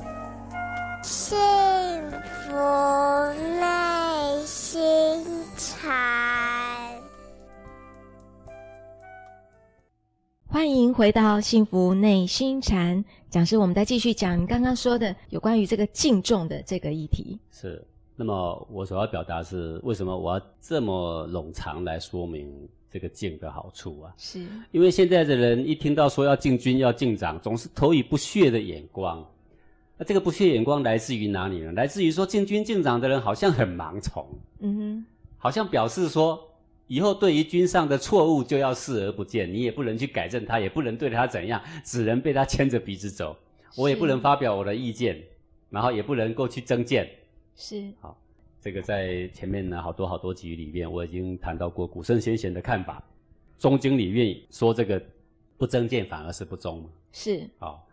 S6: 幸福内心禅。
S1: 欢迎回到《幸福内心禅》，讲师，我们再继续讲你刚刚说的有关于这个敬重的这个议题。
S2: 是。那么我所要表达是，为什么我要这么冗长来说明这个静的好处啊？
S1: 是，
S2: 因为现在的人一听到说要进军、要进长，总是投以不屑的眼光。那这个不屑眼光来自于哪里呢？来自于说进军、进长的人好像很盲从，
S1: 嗯
S2: 好像表示说以后对于军上的错误就要视而不见，你也不能去改正它，也不能对它怎样，只能被它牵着鼻子走。我也
S1: 是
S2: 不能发表我的意见，然后也不能够去增见。
S1: 哼，是，
S2: 这个在前面呢好多好多集里面我已经谈到过古圣先贤的看法，《中经》里面说这个不增见反而是不忠嘛。
S1: 是，
S2: 好、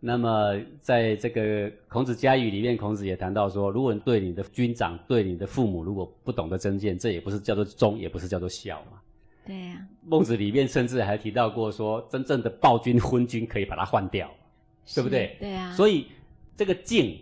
S2: 那么在这个《孔子家语》里面，孔子也谈到说，如果你对你的军长、对你的父母如果不懂得增见，这也不是叫做忠，也不是叫做孝嘛。
S1: 对呀、
S2: 孟子里面甚至还提到过说，真正的暴君、昏君可以把它换掉。
S1: 是
S2: 对不对
S1: 对啊，
S2: 所
S1: 以
S2: 以这个敬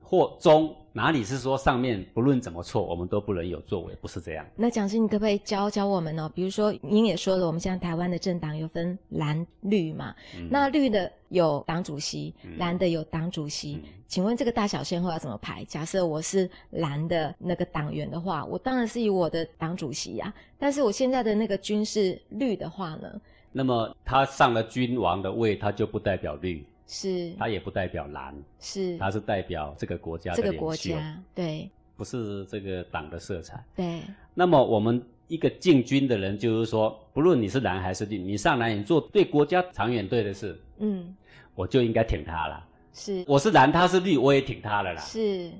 S2: 或忠，哪里是说上面不论怎么错，我们都不能有作为，不是这样。
S1: 那讲师，你可不可以教教我们哦？比如说，您也说了，我们现在台湾的政党有分蓝绿嘛，
S2: 嗯
S1: 那绿的有党主席，
S2: 嗯
S1: 蓝的有党主席。
S2: 嗯
S1: 请问这个大小先后要怎么排？假设我是蓝的那个党员的话，我当然是以我的党主席呀、但是我现在的那个军是绿的话呢，
S2: 那么他上了君王的位，他就不代表绿，
S1: 是
S2: 他也不代表蓝，
S1: 是
S2: 他是代表这个国家的哦
S1: 这个
S2: 领
S1: 国
S2: 袖，
S1: 家，对
S2: 不是这个党的色彩。
S1: 对
S2: 那么我们一个进军的人，就是说，不论你是蓝还是绿，你上来你做对国家长远对的事，
S1: 嗯
S2: 我就应该挺他了。
S1: 是
S2: 我是蓝，他是绿，我也挺他了啦。
S1: 是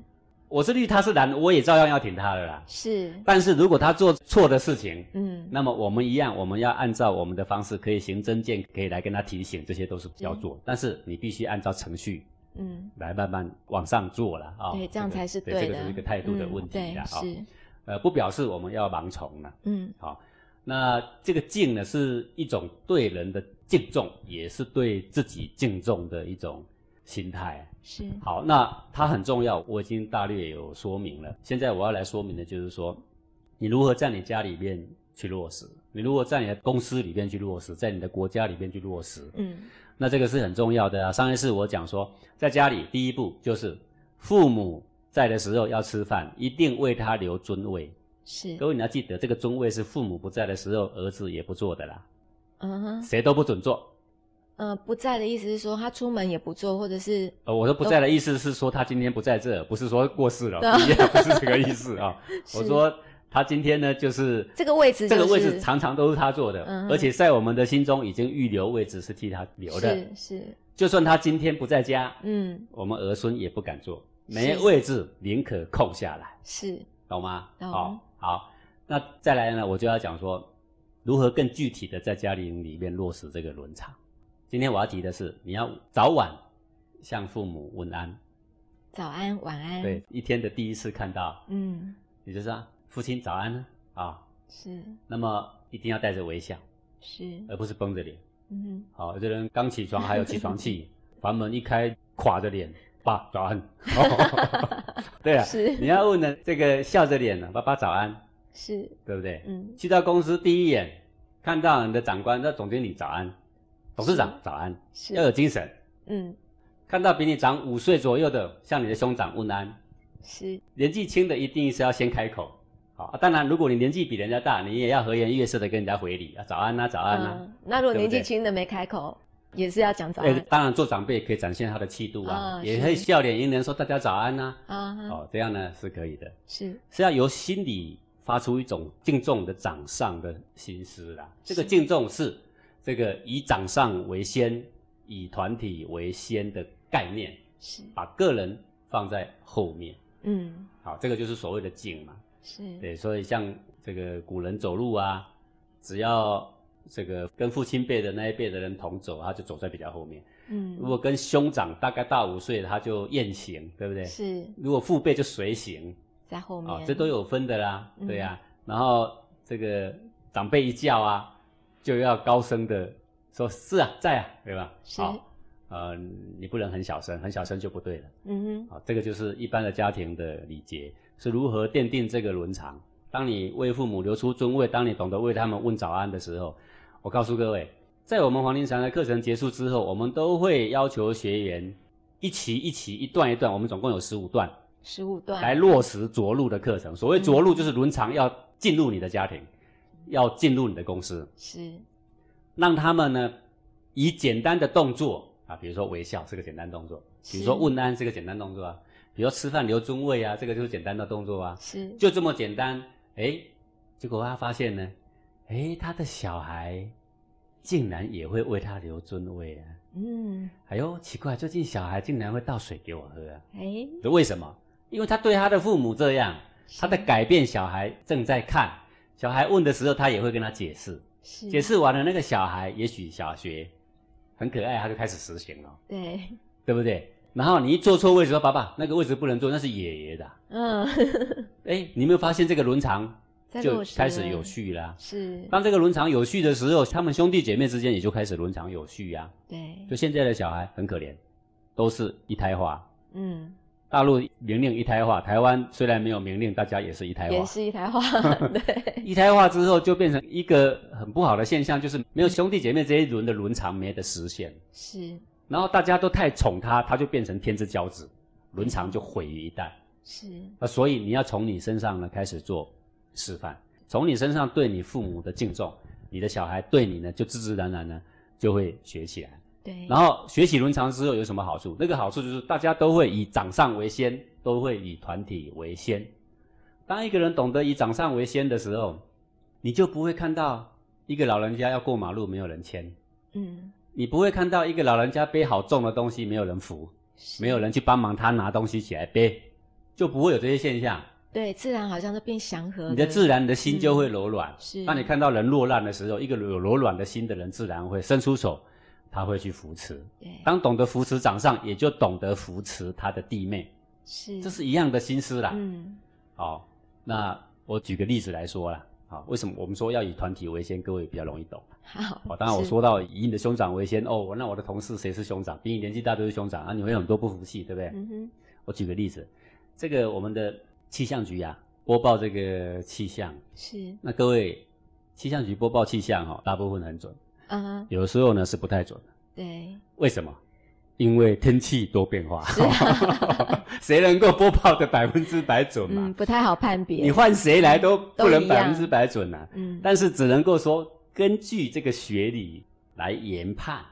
S2: 我是绿，他是蓝，我也照样要挺他了啦。
S1: 是
S2: 但是如果他做错的事情，
S1: 嗯
S2: 那么我们一样，我们要按照我们的方式，可以行增建，可以来跟他提醒，这些都是要做。但是你必须按照程序
S1: 嗯
S2: 来慢慢往上做了啊、
S1: 对，这样才是
S2: 对
S1: 的。
S2: 这个是一个态度的问题啦
S1: 嗯、
S2: 啊、
S1: 对是
S2: 呃，不表示我们要盲从了。
S1: 嗯
S2: 那这个敬呢，是一种对人的敬重，也是对自己敬重的一种心态。
S1: 是
S2: 好，那它很重要，我已经大略有说明了。现在我要来说明的就是说，你如何在你家里面去落实，你如何在你的公司里面去落实，在你的国家里面去落实，
S1: 嗯
S2: 那这个是很重要的啊。上一次我讲说，在家里第一步就是父母在的时候要吃饭，一定为他留尊位。
S1: 是
S2: 各位你要记得，这个尊位是父母不在的时候，儿子也不做的啦，
S1: 嗯哼
S2: 谁都不准做。
S1: 呃不在的意思是说他出门也不做，或者是
S2: 呃，我说不在的意思是说他今天不在这，不是说过 世了，不一样，不是这个意思啊。我
S1: 是
S2: 说他今天呢，就是
S1: 这个位置
S2: 这个
S1: 就
S2: 位
S1: 是
S2: 置常常都是他做的，
S1: 嗯哼
S2: 而且在我们的心中已经预留位置是替他留的。
S1: 是是
S2: 就算他今天不在家，
S1: 嗯
S2: 我们儿孙也不敢做，
S1: 是
S2: 没位置宁可空下来，
S1: 是
S2: 懂吗？
S1: 懂
S2: 好，好，那再来呢，我就要讲说如何更具体的在家庭里面落实这个伦常。今天我要提的是，你要早晚向父母问安。
S1: 早安晚安
S2: 对，一天的第一次看到，
S1: 嗯
S2: 也就是啊，父亲早安啊、
S1: 是
S2: 那么一定要带着微笑，
S1: 是
S2: 而不是绷着脸。
S1: 嗯
S2: 好、有的人刚起床 还有起床气，房门一开垮着脸，爸早安。 哦对啊，
S1: 是
S2: 你要问呢，这个笑着脸呢，啊爸爸早安，
S1: 是
S2: 对不对？
S1: 嗯
S2: 去到公司第一眼看到你的长官，那总经理早安，董事长早安，
S1: 是
S2: 要有精神。
S1: 嗯
S2: 看到比你长五岁左右的，向你的兄长问安，
S1: 是
S2: 年纪轻的一定是要先开口。好，啊当然，如果你年纪比人家大，你也要和颜悦色的跟人家回礼啊，早安呐、早安呐、
S1: 嗯那如果
S2: 对不
S1: 年纪
S2: 对
S1: 轻的没开口，也是要讲早
S2: 哎、
S1: 安
S2: 当然做长辈可以展现他的气度啊，
S1: 啊
S2: 也
S1: 是
S2: 可以笑脸迎人说大家早安呐、
S1: 啊哈
S2: 哦，这样呢是可以的，
S1: 是
S2: 是要由心里发出一种敬重的掌上的心思啦。这个
S1: 是
S2: 敬重是这个以掌上为先，以团体为先的概念，
S1: 是，
S2: 把个人放在后面。
S1: 嗯，
S2: 好，这个就是所谓的静嘛。
S1: 是，
S2: 对，所以像这个古人走路啊，只要这个跟父亲辈的那一辈的人同走，他就走在比较后面。
S1: 嗯，
S2: 如果跟兄长大概大五岁，他就雁行，对不对？
S1: 是
S2: 如果父辈就随行，
S1: 在后面，
S2: 啊、这都有分的啦，
S1: 嗯
S2: 对呀、啊然后这个长辈一叫啊，就要高声的说“是啊，在啊”，对吧？
S1: 是
S2: 好呃，你不能很小声，很小声就不对了。
S1: 嗯哼，
S2: 啊好，这个就是一般的家庭的礼节是如何奠定这个伦常。当你为父母留出尊位，当你懂得为他们问早安的时候，我告诉各位，在我们黄庭禅的课程结束之后，我们都会要求学员一期一期、一段一段，我们总共有十五段，
S1: 十五段
S2: 来落实着陆的课程。所谓着陆，就是伦常要进入你的家庭，要进入你的公司，
S1: 是，
S2: 让他们呢以简单的动作啊，比如说微笑是个简单动作，比如说
S1: 是
S2: 问安是个简单动作啊，比如说吃饭留尊位啊，这个就是简单的动作啊，
S1: 是，
S2: 就这么简单。哎，结果他发现呢，哎，他的小孩竟然也会为他留尊位啊。
S1: 嗯，
S2: 哎呦，奇怪，最近小孩竟然会倒水给我喝啊！
S1: 哎，
S2: 为什么？因为他对他的父母这样，他在改变小孩正在看。小孩问的时候，他也会跟他解释。
S1: 是
S2: 解释完了，那个小孩也许小学很可爱，他就开始实行了，
S1: 对，
S2: 对不对？然后你一坐错位置说：“爸爸，那个位置不能坐，那是爷爷的啊。
S1: 嗯，”
S2: 哎，你有没有发现这个伦常
S1: 在
S2: 就
S1: 落实
S2: 开始有
S1: 了
S2: 序啦？
S1: 是，
S2: 当这个伦常有序的时候，他们兄弟姐妹之间也就开始伦常有序呀、
S1: 对
S2: 就，现在的小孩很可怜，都是一胎化。
S1: 嗯，
S2: 大陆明令一胎化，台湾虽然没有明令，大家也是一胎
S1: 也
S2: 化。
S1: 是一台 话，对，
S2: 一胎化之后，就变成一个很不好的现象，就是没有兄弟姐妹这一轮的伦常没得实现，
S1: 是
S2: 然后大家都太宠他，他就变成天之骄子，伦常就毁于一旦。
S1: 是，
S2: 那所以你要从你身上呢开始做示范，从你身上对你父母的敬重，你的小孩对你呢就自自然然呢就会学起来。
S1: 对，
S2: 然后学习伦常之后有什么好处？那个好处就是大家都会以掌上为先，都会以团体为先。当一个人懂得以掌上为先的时候，你就不会看到一个老人家要过马路没有人牵，
S1: 嗯，
S2: 你不会看到一个老人家背好重的东西没有人扶，
S1: 是
S2: 没有人去帮忙他拿东西起来背，就不会有这些现象。
S1: 对，自然好像都变祥和了，
S2: 你的自然，你的心就会柔软。
S1: 嗯是
S2: 当你看到人落难的时候，一个有柔软的心的人，自然会伸出手，他会去扶持。
S1: 对，
S2: 当懂得扶持掌上，也就懂得扶持他的弟妹，
S1: 是，
S2: 这是一样的心思啦。
S1: 嗯，
S2: 好、那我举个例子来说啦。好、为什么我们说要以团体为先？各位比较容易懂。
S1: 好，
S2: 好、哦当然我
S1: 是
S2: 说到以你的兄长为先，哦，那我的同事谁是兄长？比你年纪大都是兄长啊，你会有很多不服气，对不对？
S1: 嗯哼，
S2: 我举个例子，这个我们的气象局啊，播报这个气象，
S1: 是，
S2: 那各位气象局播报气象哈、哦，大部分很准，
S1: 嗯，
S2: 有的时候呢是不太准的。
S1: 对，
S2: 为什么？因为天气多变化， 谁能够播报的百分之百准嘛？
S1: 嗯，不太好判别，
S2: 你换谁来都不
S1: 都
S2: 能
S1: 一
S2: 百
S1: 样
S2: 分之百准啊。
S1: 嗯，
S2: 但是只能够说根据这个学理来研判，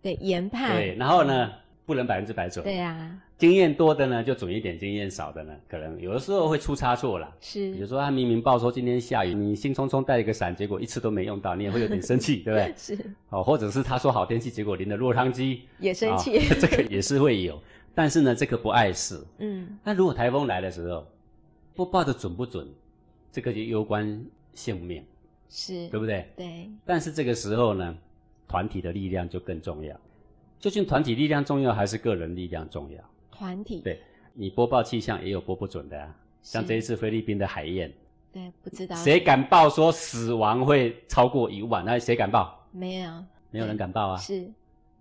S1: 对，研判，
S2: 对，然后呢不能百分之百准。
S1: 嗯对啊，
S2: 经验多的呢就准一点，经验少的呢可能有的时候会出差错啦。比如
S1: 是
S2: 说他明明报说今天下雨，你兴冲冲带一个伞，结果一次都没用到，你也会有点 生气，对不对？
S1: 是，
S2: 哦，或者是他说好天气，结果淋了落汤鸡，
S1: 也生气
S2: 啊 这个也是会有。但是呢，这个不碍事。
S1: 嗯，
S2: 那如果台风来的时候，播报的准不准，这个就攸关性命，
S1: 是，
S2: 对不对？
S1: 对，
S2: 但是这个时候呢，团体的力量就更重要。究竟团体力量重要还是个人力量重要？
S1: 团体，
S2: 对你播报气象也有播不准的啊，像
S1: 是
S2: 这一次菲律宾的海燕，
S1: 对，不知道
S2: 谁敢报说死亡会超过一万？那谁敢报？
S1: 没有，
S2: 没有人敢报啊。
S1: 是，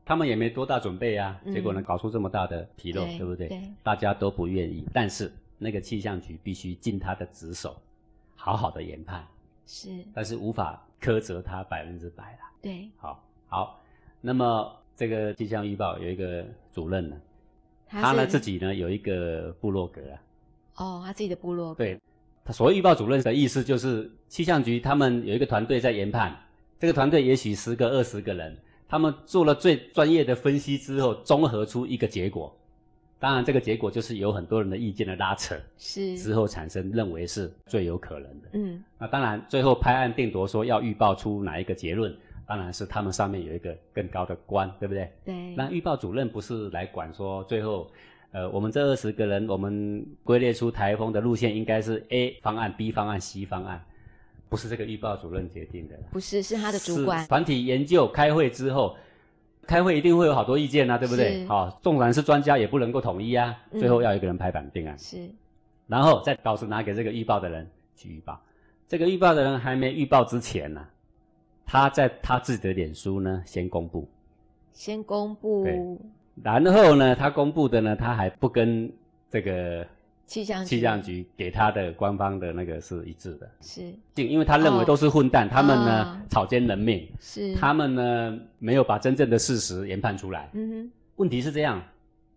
S2: 他们也没多大准备啊，
S1: 嗯
S2: 结果呢，搞出这么大的纰漏，
S1: 对
S2: 对不对？
S1: 对
S2: 大家都不愿意，但是那个气象局必须尽他的职守，好好的研判，
S1: 是，
S2: 但是无法苛责他百分之百啦。
S1: 对，
S2: 好，好，那么这个气象预报有一个主任呢，他
S1: 是
S2: 呢自己呢有一个部落格啊，
S1: 哦，他自己的部落，
S2: 对他所谓预报主任的意思就是气象局他们有一个团队在研判，这个团队也许十个二十个人，他们做了最专业的分析之后，综合出一个结果。当然，这个结果就是有很多人的意见的拉扯之
S1: 是，
S2: 后产生认为是最有可能的。
S1: 嗯，
S2: 那当然，最后拍案定夺说要预报出哪一个结论，当然是他们上面有一个更高的官，对不对？
S1: 对，
S2: 那预报主任不是来管说最后，呃，我们这二十个人，我们归列出台风的路线应该是 A 方案、B 方案、C 方案，不是这个预报主任决定的啦。
S1: 不是，是他的主
S2: 是
S1: 管，
S2: 团体研究开会之后，开会一定会有好多意见啊，对不对？
S1: 是
S2: 好、纵然是专家也不能够统一啊，
S1: 嗯
S2: 最后要一个人拍板定案，
S1: 是
S2: 然后再告诉拿给这个预报的人去预报。这个预报的人还没预报之前呢、啊他在他自己的脸书呢先公布，
S1: 先公布
S2: 然后呢，他公布的呢，他还不跟这个
S1: 气象
S2: 气
S1: 局
S2: 象局给他的官方的那个是一致的，
S1: 是
S2: 就因为他认为都是混蛋，他们呢、
S1: 啊
S2: 草菅人命，
S1: 是
S2: 他们呢没有把真正的事实研判出来。
S1: 嗯
S2: 问题是这样，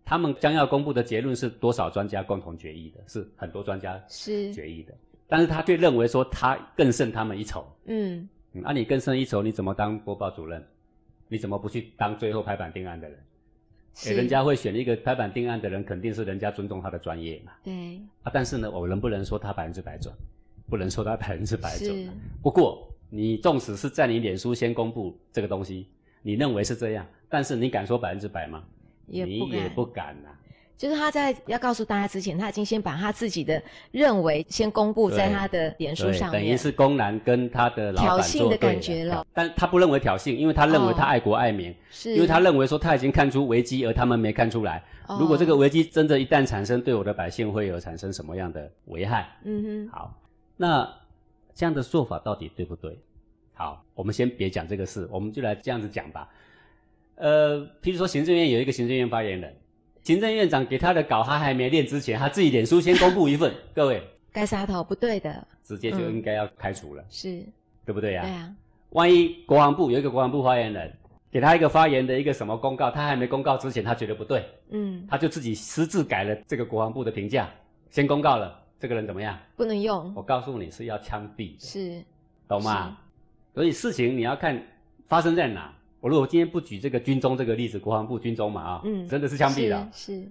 S2: 他们将要公布的结论是多少专家共同决议的，是很多专家
S1: 哼是
S2: 决议的，但是他却认为说他更胜他们一筹。
S1: 嗯
S2: 嗯，那、你更胜一筹，你怎么当播报主任？你怎么不去当最后拍板定案的人？
S1: 是
S2: 诶人家会选一个拍板定案的人，肯定是人家尊重他的专业嘛。
S1: 对
S2: 啊，但是呢，我能不能说他百分之百准？不能说他百分之百准
S1: 是
S2: 啊。不过，你纵使是在你脸书先公布这个东西，你认为是这样，但是你敢说百分之百吗？
S1: 也
S2: 你
S1: 不
S2: 也
S1: 敢，
S2: 不敢啊呐、
S1: 就是他在要告诉大家之前，他已经先把他自己的认为先公布在
S2: 对
S1: 他的脸书
S2: 对
S1: 上
S2: 等于
S1: 面，
S2: 是公然跟他的老板
S1: 挑衅
S2: 作
S1: 的
S2: 对
S1: 感觉了。
S2: 但他不认为挑衅，因为他认为他
S1: 哦
S2: 爱国爱民，
S1: 是
S2: 因为他认为说他已经看出危机，而他们没看出来。
S1: 哦
S2: 如果这个危机真的一旦产生，对我的百姓会有产生什么样的危害？
S1: 嗯哼
S2: 好，那这样的做法到底对不对？好，我们先别讲这个事，我们就来这样子讲吧。呃，譬如说行政院有一个行政院发言人，行政院长给他的稿他还没念之前，他自己脸书先公布一份，各位
S1: 该杀头不对的
S2: 直接就应该要开除了，
S1: 是
S2: 对不对
S1: 嗯对
S2: 呀、
S1: 啊
S2: 万一国防部有一个国防部发言人给他一个发言的一个什么公告，他还没公告之前，他觉得不对，
S1: 嗯
S2: 他就自己私自改了这个国防部的评价，先公告了，这个人怎么样？
S1: 不能用
S2: 我告诉你是要枪毙的。
S1: 是
S2: 懂吗？所以事情你要看发生在哪。我如果今天不举这个军中这个例子，国防部军中嘛啊，
S1: 嗯
S2: 真的是枪毙了，
S1: 是是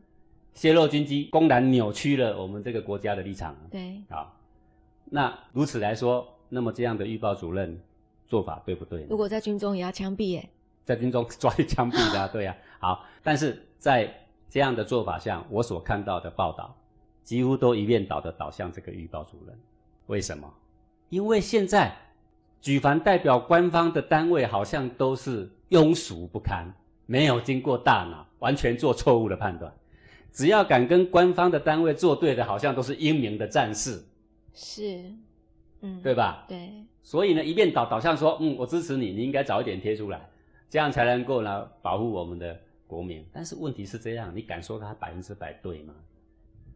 S2: 泄露军机，公然扭曲了我们这个国家的立场
S1: 对
S2: 啊。那如此来说，那么这样的预报主任做法对不对呢？
S1: 如果在军中也要枪毙耶
S2: 在军中抓去枪毙的、啊，对呀、好，但是在这样的做法下，我所看到的报道几乎都一面倒的导向这个预报主任。为什么？因为现在举凡代表官方的单位，好像都是庸俗不堪，没有经过大脑，完全做错误的判断。只要敢跟官方的单位作对的，好像都是英明的战士，
S1: 是嗯
S2: 对吧？
S1: 对
S2: 所以呢，一面倒导向说，嗯，我支持你，你应该早一点贴出来，这样才能够呢保护我们的国民。但是问题是这样，你敢说他百分之百对吗？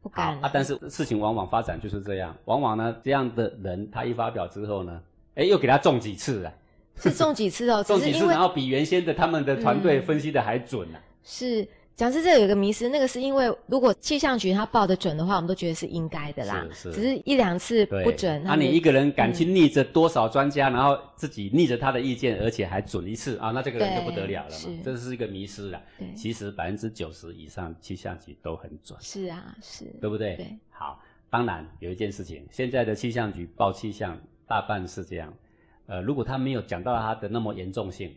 S1: 不
S2: 好
S1: 敢
S2: 啊，但是事情往往发展就是这样，往往呢这样的人他一发表之后呢，哎，又给他中几次啊，
S1: 是中几次 哦，只
S2: 中
S1: 是
S2: 几
S1: 因
S2: 次，
S1: 为
S2: 然后比原先的他们的团队
S1: 嗯
S2: 分析的还准啊。
S1: 是讲是这有一个迷思，那个是因为如果气象局它报的准的话，我们都觉得是应该的啦，
S2: 是是
S1: 只是一两次
S2: 对，
S1: 不准，
S2: 那、
S1: 他们嗯
S2: 你一个人敢去逆着多少专家，然后自己逆着他的意见，而且还准一次啊，那这个人就不得了了嘛
S1: 对是，
S2: 这是一个迷失啦。
S1: 对
S2: 其实百分之九十以上气象局都很准，
S1: 是啊是，
S2: 对不对？
S1: 对。
S2: 好，当然有一件事情，现在的气象局报气象大半是这样，呃，如果他没有讲到它的那么严重性，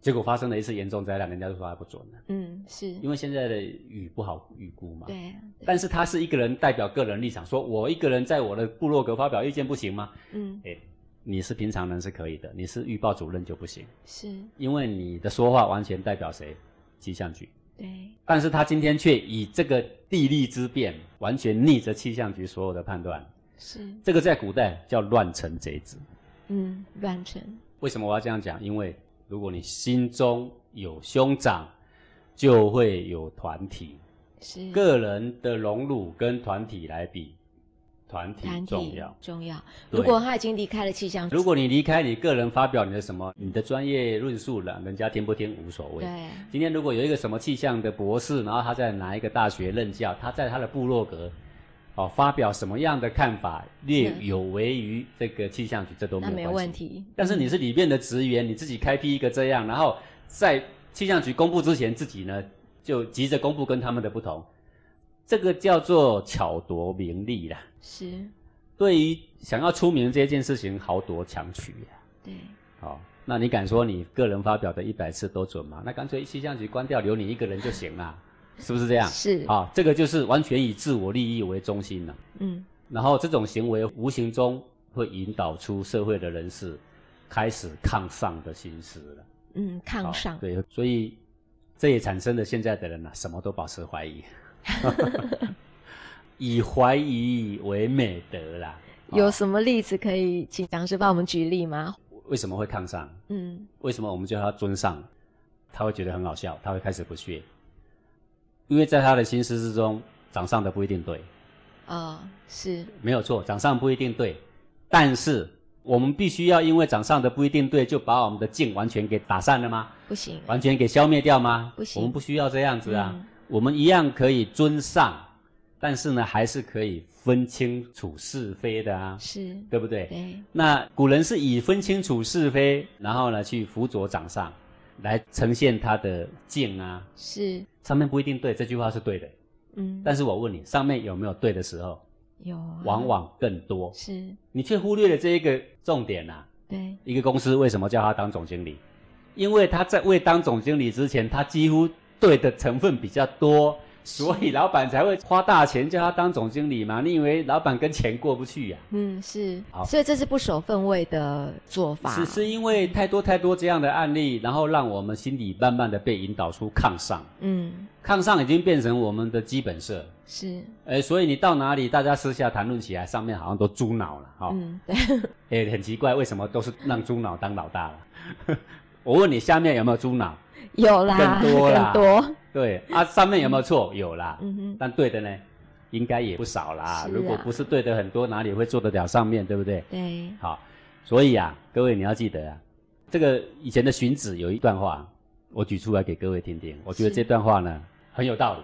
S2: 结果发生了一次严重灾难，人家就说它不准了，
S1: 嗯是，
S2: 因为现在的雨不好预估嘛。。
S1: 对啊，对
S2: 但是他是一个人代表个人立场，说我一个人在我的部落格发表意见不行吗？
S1: 嗯
S2: 哎，你是平常人是可以的，你是预报主任就不行，
S1: 是，
S2: 因为你的说话完全代表谁？气象局。
S1: 对
S2: 但是他今天却以这个地利之变，完全逆着气象局所有的判断，
S1: 是，
S2: 这个在古代叫乱臣贼子。
S1: 嗯乱成
S2: 为什么我要这样讲？因为如果你心中有兄长，就会有团体。
S1: 是
S2: 个人的荣辱跟团体来比，团体
S1: 团体
S2: 重要。
S1: 重要。
S2: 对
S1: 如果他已经离开了气象局，
S2: 如果你离开你个人发表你的什么，你的专业论述了，人家听不听无所谓。
S1: 对
S2: 今天如果有一个什么气象的博士，然后他在哪一个大学任教，他在他的部落格，哦，发表什么样的看法，略
S1: 嗯
S2: 有违于这个气象局，这都没
S1: 那
S2: 有
S1: 没
S2: 关系
S1: 问。题，
S2: 但是你是里面的职员，你自己开辟一个这样，然后在气象局公布之前，自己呢就急着公布跟他们的不同，这个叫做巧夺名利啦。
S1: 是
S2: 对于想要出名这件事情，豪夺强取呀、
S1: 对
S2: 好、那你敢说你个人发表的一百次都准吗？那干脆气象局关掉，留你一个人就行了，是不是这样？
S1: 是，
S2: 啊，这个就是完全以自我利益为中心了、
S1: 嗯，
S2: 然后这种行为无形中会引导出社会的人士开始抗上的心思了。
S1: 嗯，抗
S2: 好
S1: 上，
S2: 对，所以这也产生了现在的人呢、什么都保持怀疑， 以怀疑为美德啦。啊
S1: 有什么例子可以请讲师帮我们举例吗？
S2: 为什么会抗上？
S1: 嗯，
S2: 为什么我们叫他尊上？他会觉得很好笑，他会开始不屑，因为在他的心思之中，掌上的不一定对，
S1: 哦，是，
S2: 没有错，掌上不一定对，但是我们必须要因为掌上的不一定对，就把我们的劲完全给打散了吗？
S1: 不行，
S2: 完全给消灭掉吗？
S1: 不行
S2: 我们不需要这样子啊，
S1: 嗯
S2: 我们一样可以尊上，但是呢，还是可以分清楚是非的啊，
S1: 是，
S2: 对不对？
S1: 对，
S2: 那古人是以分清楚是非，然后呢去辅佐掌上，来呈现他的敬啊。
S1: 是，
S2: 上面不一定对，这句话是对的，
S1: 嗯，
S2: 但是我问你，上面有没有对的时候？
S1: 有啊，
S2: 往往更多，
S1: 是，
S2: 你却忽略了这一个重点呐、啊。
S1: 对，
S2: 一个公司为什么叫他当总经理？因为他在未当总经理之前，他几乎对的成分比较多，所以老板才会花大钱叫他当总经理嘛。你以为老板跟钱过不去呀、啊
S1: 嗯，是
S2: 好，
S1: 所以这是不守分位的做法，
S2: 是是因为太多太多这样的案例，然后让我们心里慢慢的被引导出抗上，
S1: 嗯，
S2: 抗上已经变成我们的基本色。
S1: 是，
S2: 哎，所以你到哪里，大家私下谈论起来，上面好像都猪脑了哈。
S1: 嗯，对，
S2: 哎、很奇怪，为什么都是让猪脑当老大了？ 我问你，下面有没有猪脑？
S1: 有啦，
S2: 更多啦
S1: 更多，
S2: 对啊，上面有没有错？有啦，
S1: 嗯哼，
S2: 但对的呢，应该也不少啦。
S1: 是啊
S2: 如果不是对的很多，哪里会做得了上面，对不对？
S1: 对，
S2: 好，所以啊，各位你要记得啊，这个以前的荀子有一段话，我举出来给各位听听。我觉得
S1: 是
S2: 这段话呢很有道理。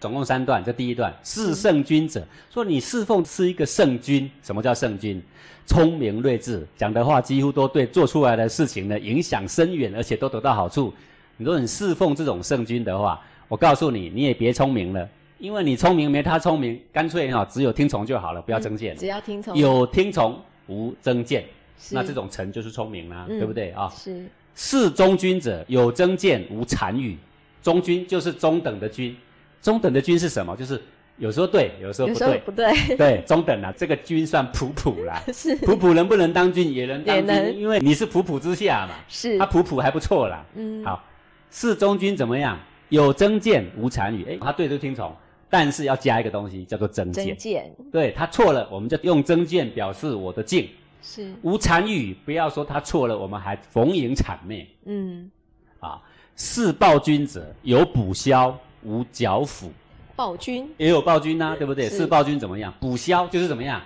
S2: 总共三段，这第一段是圣君者，说你侍奉是一个圣君。什么叫圣君？聪明睿智，讲的话几乎都对，做出来的事情呢影响深远，而且都得到好处。你说你侍奉这种圣君的话，我告诉你，你也别聪明了，因为你聪明没他聪明，干脆哈、只有听从就好了，不要争辩。
S1: 只要听从，
S2: 嗯有听从无增见，
S1: 是，
S2: 那这种臣就是聪明啦、
S1: 嗯
S2: 对不对啊？
S1: 是，
S2: 是中君者，有增见无谄语。中君就是中等的君，中等的君是什么？就是有时候对，有时候
S1: 有
S2: 不
S1: 时候
S2: 对，
S1: 不对，
S2: 对，中等啊，这个君算普普啦。
S1: 是
S2: 普普能不能当君，也能当
S1: 也能
S2: 君，因为你是普普之下嘛，
S1: 是
S2: 他，普普还不错啦。
S1: 嗯，
S2: 好，是中君怎么样？有增见无谄语，哎，他对就听从，但是要加一个东西叫做增
S1: 真
S2: 见。
S1: 见
S2: 对他错了，我们就用增见表示我的敬。
S1: 是，
S2: 无谄语，不要说他错了，我们还逢迎谄媚
S1: 嗯，
S2: 啊。是暴君者，有补枭，无剿抚，
S1: 暴君
S2: 也有暴君呐、对不对？
S1: 是
S2: 是暴君怎么样？补枭就是怎么样，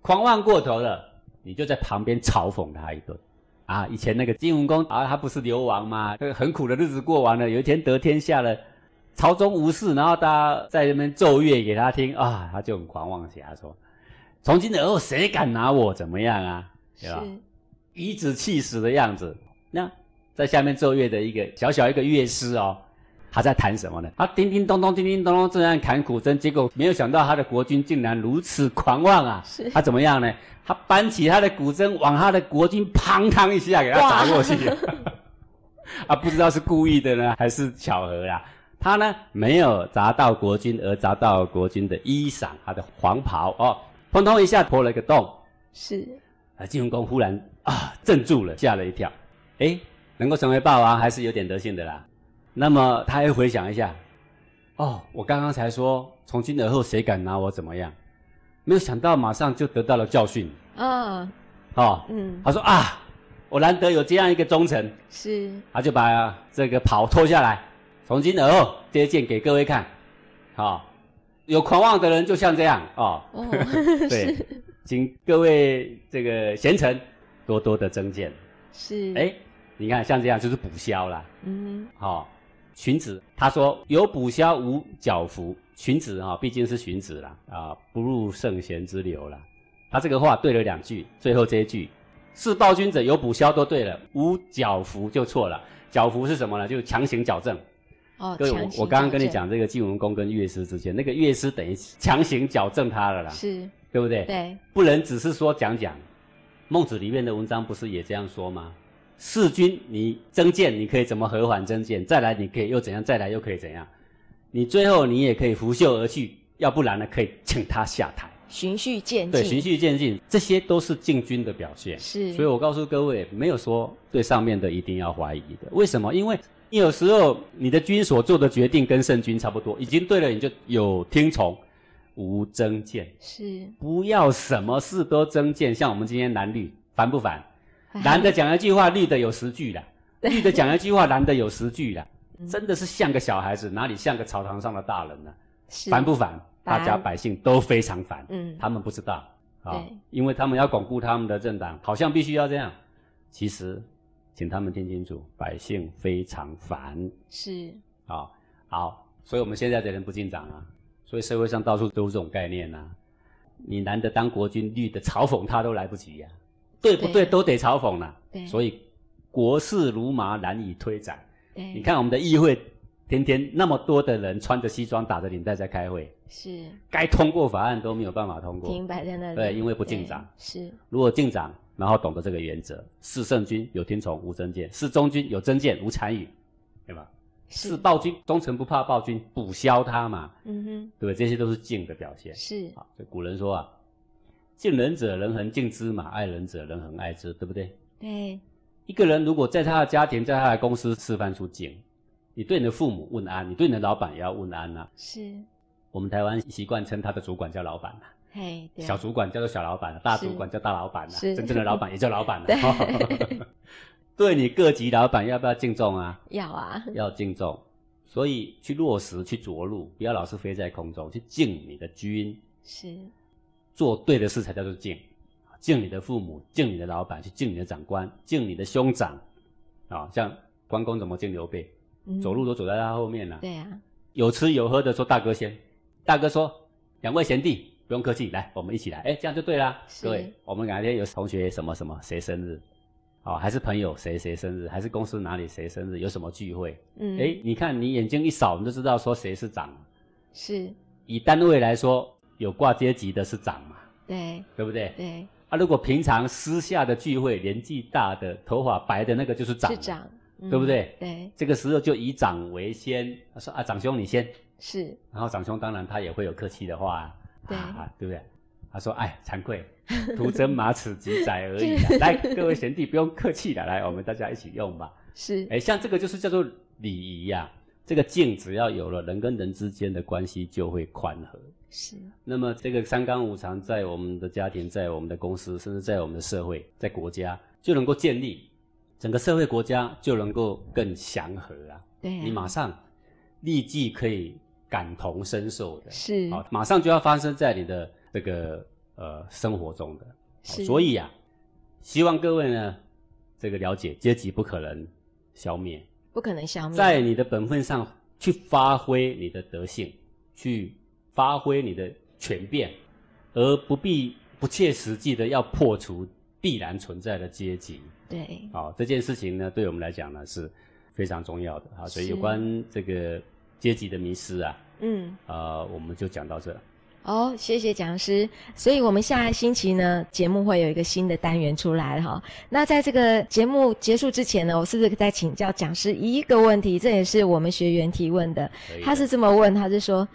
S2: 狂妄过头了，你就在旁边嘲讽他一顿。啊，以前那个晋文公啊，他不是流亡吗？ 呃很苦的日子过完了，有一天得天下了，朝中无事，然后大家在那边奏乐给他听啊，他就很狂妄起来说：“从今以后谁敢拿我怎么样啊？”对吧？
S1: 是，
S2: 颐指气使的样子。那在下面奏乐的一个小小一个乐师哦，他在弹什么呢？他叮叮咚咚，叮叮咚咚，这样弹古筝，结果没有想到他的国君竟然如此狂妄啊
S1: 是！
S2: 他怎么样呢？他搬起他的古筝，往他的国君砰当一下给他砸过去。啊，不知道是故意的呢，还是巧合啦。他呢没有砸到国君，而砸到国君的衣裳，他的黄袍哦，砰通一下破了一个洞。
S1: 是，
S2: 啊，晋文公忽然啊镇住了，吓了一跳。诶，能够成为霸王还是有点德性的啦。那么他又回想一下，哦，我刚刚才说从今而后谁敢拿我怎么样，没有想到马上就得到了教训。
S1: 啊，
S2: 哦，
S1: 嗯，
S2: 他说啊，我难得有这样一个忠臣，
S1: 是，
S2: 他就把这个袍脱下来，从今而后接见给各位看。好、有狂妄的人就像这样哦。
S1: 哦，
S2: 对，请各位这个贤臣多多的增见。
S1: 是，
S2: 哎，你看像这样就是补枭啦，
S1: 嗯，
S2: 好、哦，荀子他说有补枭无矫服，荀子哈、毕竟是荀子啦，啊，不入圣贤之流啦。他这个话对了两句，最后这一句是暴君者有补枭都对了，无矫服就错了。矫服是什么呢？就是强行矫正。
S1: 哦，
S2: 各位，我
S1: 强行
S2: 我刚刚
S1: 矫
S2: 跟你
S1: 正
S2: 讲这个晋文公跟乐师之间，那个乐师等于强行矫正他了啦，
S1: 是，
S2: 对不对？
S1: 对，
S2: 不能只是说讲讲。孟子里面的文章不是也这样说吗？弑君，你增建你可以怎么和缓增建？再来你可以又怎样？再来又可以怎样？你最后你也可以拂袖而去，要不然呢可以请他下台。
S1: 循序渐进，
S2: 对，循序渐进，这些都是进军的表现。
S1: 是，
S2: 所以我告诉各位，没有说对上面的一定要怀疑的。为什么？因为你有时候你的军所做的决定跟圣君差不多，已经对了，你就有听从，无增见。
S1: 是
S2: 不要什么事都增见，像我们今天蓝绿烦 不烦？
S1: 哎
S2: 蓝的讲一句话，绿的有十 句啦；绿的讲一句话，蓝的有十句啦。
S1: 嗯
S2: 真的是像个小孩子，哪里像个朝堂上的大人呢、
S1: 是
S2: 烦不烦？
S1: 烦
S2: 大家百姓都非常烦。
S1: 嗯，
S2: 他们不知道啊
S1: 对，
S2: 因为他们要巩固他们的政党，好像必须要这样。其实，请他们听清楚，百姓非常烦
S1: 是
S2: 啊。好，所以我们现在的人不进党啊，所以社会上到处都是这种概念啊。你男的当国军，绿的嘲讽他都来不及呀、啊对不
S1: 对啊
S2: 对？都得嘲讽啦、
S1: 对
S2: 所以国事如麻，难以推展。
S1: 对，
S2: 你看我们的议会，天天那么多的人穿着西装打着领带在开会，
S1: 是
S2: 该通过法案都没有办法通过。
S1: 停摆在那里，
S2: 对因为不进长
S1: 对是
S2: 如果进长，然后懂得这个原则，是圣君有听从无增见，是忠君有增见无谗语，对吧？是暴君忠诚不怕暴君，补削他嘛，
S1: 嗯哼，
S2: 对不对？这些都是敬的表现。
S1: 是
S2: 啊，所以古人说啊，敬人者人恒敬之嘛，爱人者人恒爱之，对不对？
S1: 对，
S2: 一个人如果在他的家庭，在他的公司示范出敬，你对你的父母问安，你对你的老板也要问安呐、
S1: 是
S2: 我们台湾习惯称他的主管叫老板啊
S1: 嘿，对啊
S2: 小主管叫做小老板，大主管叫大老板啊，
S1: 是
S2: 真正的老板也叫老板啊
S1: 对。
S2: 对你各级老板要不要敬重啊？
S1: 要啊，
S2: 要敬重，所以去落实、去着陆，不要老是飞在空中，去敬你的君，
S1: 是
S2: 做对的事才叫做敬。敬你的父母，敬你的老板，去敬你的长官，敬你的兄长。啊，像关公怎么敬刘备？
S1: 嗯
S2: 走路都走在他后面了、
S1: 对啊，
S2: 有吃有喝的说大哥先，大哥说两位贤弟不用客气，来我们一起来，哎，这样就对啦。
S1: 是
S2: 各位，我们哪天有同学什么什么谁生日，哦，还是朋友谁谁生日，还是公司哪里谁生日，有什么聚会，
S1: 嗯，
S2: 哎、你看你眼睛一扫，你就知道说谁是长。
S1: 是
S2: 以单位来说，有挂阶级的是长嘛，
S1: 对
S2: 对不对？
S1: 对，
S2: 啊，如果平常私下的聚会，年纪大的头发白的那个就是长，
S1: 是长，嗯
S2: 对不对
S1: 对，
S2: 这个时候就以长为先，他说啊，长兄你先，
S1: 是
S2: 然后长兄当然他也会有客气的话啊，
S1: 对
S2: 啊，对不对？他说：“哎，惭 愧，徒增马齿几载而已啦。啊来，各位贤弟，不用客气了，来，我们大家一起用吧。
S1: 是，
S2: 哎，像这个就是叫做礼仪呀、这个敬只要有了，人跟人之间的关系就会宽和。
S1: 是
S2: 那么这个三纲五常在我们的家庭、在我们的公司，甚至在我们的社会、在国家就能够建立，整个社会国家就能够更祥和啊！
S1: 对啊，
S2: 你马上立即可以感同身受的，
S1: 是
S2: 好，马上就要发生在你的这个呃生活中的。好
S1: 是，
S2: 所以啊，希望各位呢这个了解阶级不可能消灭，
S1: 不可能消灭，
S2: 在你的本分上去发挥你的德性，去发挥你的权变，而不必不切实际的要破除必然存在的阶级。
S1: 对
S2: 好、这件事情呢，对我们来讲呢是非常重要的啊。所以
S1: 是
S2: 有关这个阶级的迷失啊，
S1: 嗯。
S2: 呃，我们就讲到这。
S1: 哦，谢谢讲师。所以，我们下星期呢，节目会有一个新的单元出来了哈。那在这个节目结束之前呢，我是不是再请教讲师一个问题？这也是我们学员提问的。
S2: 可以的
S1: 他是这么问，他是说：“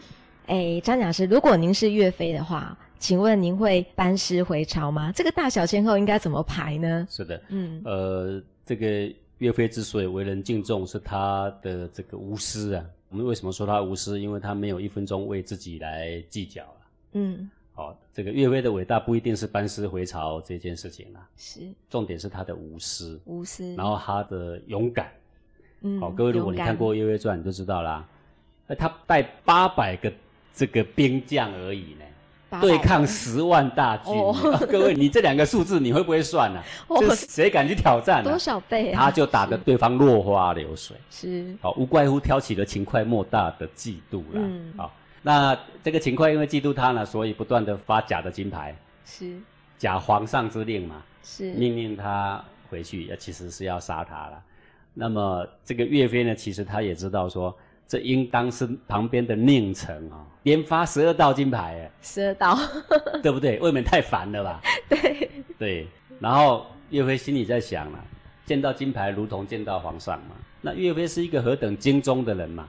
S1: 哎，张讲师，如果您是岳飞的话，请问您会班师回朝吗？这个大小先后应该怎么排呢
S2: 是的，？”
S1: 嗯，
S2: 呃，这个岳飞之所以为人敬重，是他的这个无私啊。我们为什么说他无私？因为他没有一分钟为自己来计较啊。
S1: 嗯，
S2: 哦，这个岳飞的伟大不一定是班师回朝这件事情啊，
S1: 是
S2: 重点是他的无私，
S1: 无私。
S2: 然后他的勇敢。哦
S1: 嗯，
S2: 好、各位如果
S1: 勇
S2: 你
S1: 敢
S2: 看过《岳飞传》，你就知道啦。那他带八百个这个兵将而已呢，
S1: 八百
S2: 对抗
S1: 人
S2: 十万大军。
S1: 哦
S2: 各位，你这两个数字你会不会算呢、
S1: 哦
S2: 啊？这谁敢去挑战呢、
S1: 多少倍啊？
S2: 他就打得对方落花流水。
S1: 是
S2: 好、无怪乎挑起了秦桧莫大的嫉妒啦。
S1: 嗯
S2: 好、那这个秦桧因为嫉妒他呢，所以不断的发假的金牌，
S1: 是
S2: 假皇上之令嘛，
S1: 是
S2: 命令他回去，呃其实是要杀他了。那么这个岳飞呢，其实他也知道说，这应当是旁边的宁城啊、连发十二道金牌，
S1: 十二道，
S2: 哎对不对？未免太烦了吧？
S1: 对，
S2: 对。然后岳飞心里在想了、啊见到金牌如同见到皇上嘛。那岳飞是一个何等精忠的人嘛。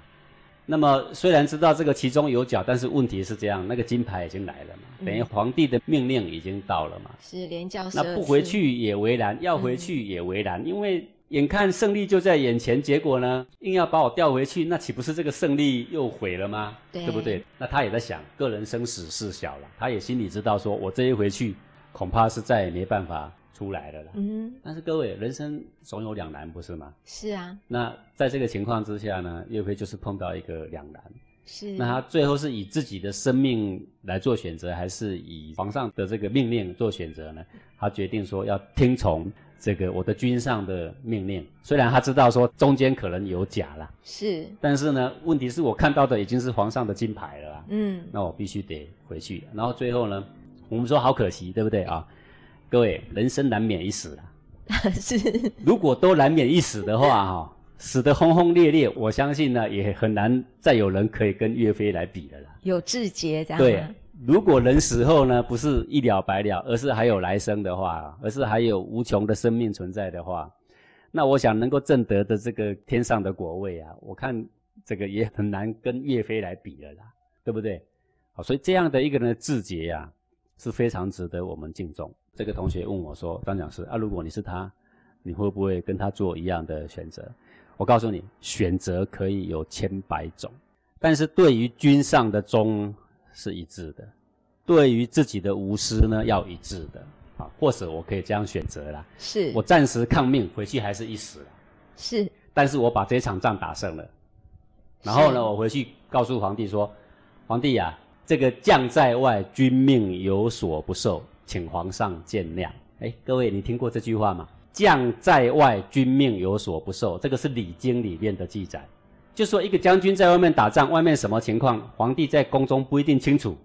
S2: 那么虽然知道这个其中有脚，但是问题是这样，那个金牌已经来了嘛，等于皇帝的命令已经到了嘛。
S1: 哦是嗯连教
S2: 那
S1: 12
S2: 不回
S1: 次
S2: 去也为难，要回去也为难，因为眼看胜利就在眼前，结果呢，硬要把我调回去，那岂不是这个胜利又毁了吗？
S1: 对
S2: 不对？那他也在想，个人生死事小了，他也心里知道说，我这一回去，恐怕是再也没办法出来了啦。
S1: 嗯，
S2: 但是各位，人生总有两难，不是吗？
S1: 是啊，
S2: 那在这个情况之下呢，岳飞就是碰到一个两难。
S1: 是。
S2: 那他最后是以自己的生命来做选择，还是以皇上的这个命令做选择呢？他决定说要听从这个我的军上的命令，虽然他知道说中间可能有假啦，
S1: 是，
S2: 但是呢，问题是我看到的已经是皇上的金牌了啊，
S1: 嗯，
S2: 那我必须得回去。然后最后呢，我们说好可惜，对不对啊？各位，人生难免一死啦，
S1: 是，
S2: 如果都难免一死的话，哈、死得轰轰烈烈，我相信呢，也很难再有人可以跟岳飞来比了啦。
S1: 有志节这样
S2: 对
S1: 吗，
S2: 如果人死后呢，不是一了百了，而是还有来生的话，而是还有无穷的生命存在的话，那我想能够证得的这个天上的果位啊，我看这个也很难跟岳飞来比了啦，对不对？好，所以这样的一个人的志节呀，是非常值得我们敬重。这个同学问我说：“张讲师啊，如果你是他，你会不会跟他做一样的选择？”我告诉你，选择可以有千百种。但是对于君上的忠是一致的，对于自己的无私呢要一致的。啊，或者我可以这样选择啦，
S1: 是，
S2: 我暂时抗命，回去还是一死啦，
S1: 是
S2: 但是我把这场仗打胜了。然后
S1: 是
S2: 呢，我回去告诉皇帝说：“皇帝呀、啊这个将在外，君命有所不受，请皇上见谅。”哎，各位，你听过这句话吗？“将在外，君命有所不受”，这个是《礼经》里面的记载，就说一个将军在外面打仗，外面什么情况，皇帝在宫中不一定清楚。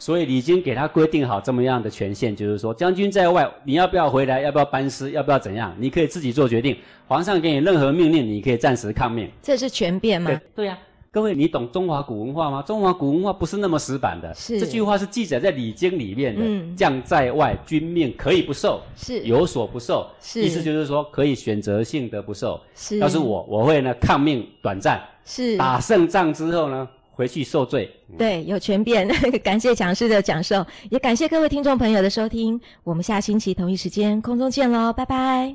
S2: 所以礼经给他规定好这么样的权限，就是说将军在外，你要不要回来，要不要班师，要不要怎样，你可以自己做决定。皇上给你任何命令，你可以暂时抗命。
S1: 这是权变吗
S2: 对？对呀、各位，你懂中华古文化吗？中华古文化不是那么死板的，
S1: 是
S2: 这句话是记载在《礼经》里面的。
S1: 嗯
S2: 将在外，君命可以不受，
S1: 是
S2: 有所不受，
S1: 是
S2: 意思就是说可以选择性的不受。
S1: 是，
S2: 要是我，我会呢抗命短暂，
S1: 是
S2: 打胜仗之后呢回去受罪。
S1: 对，有权变。 感谢讲师的讲授，也感谢各位听众朋友的收听。我们下星期同一时间空中见喽，拜拜。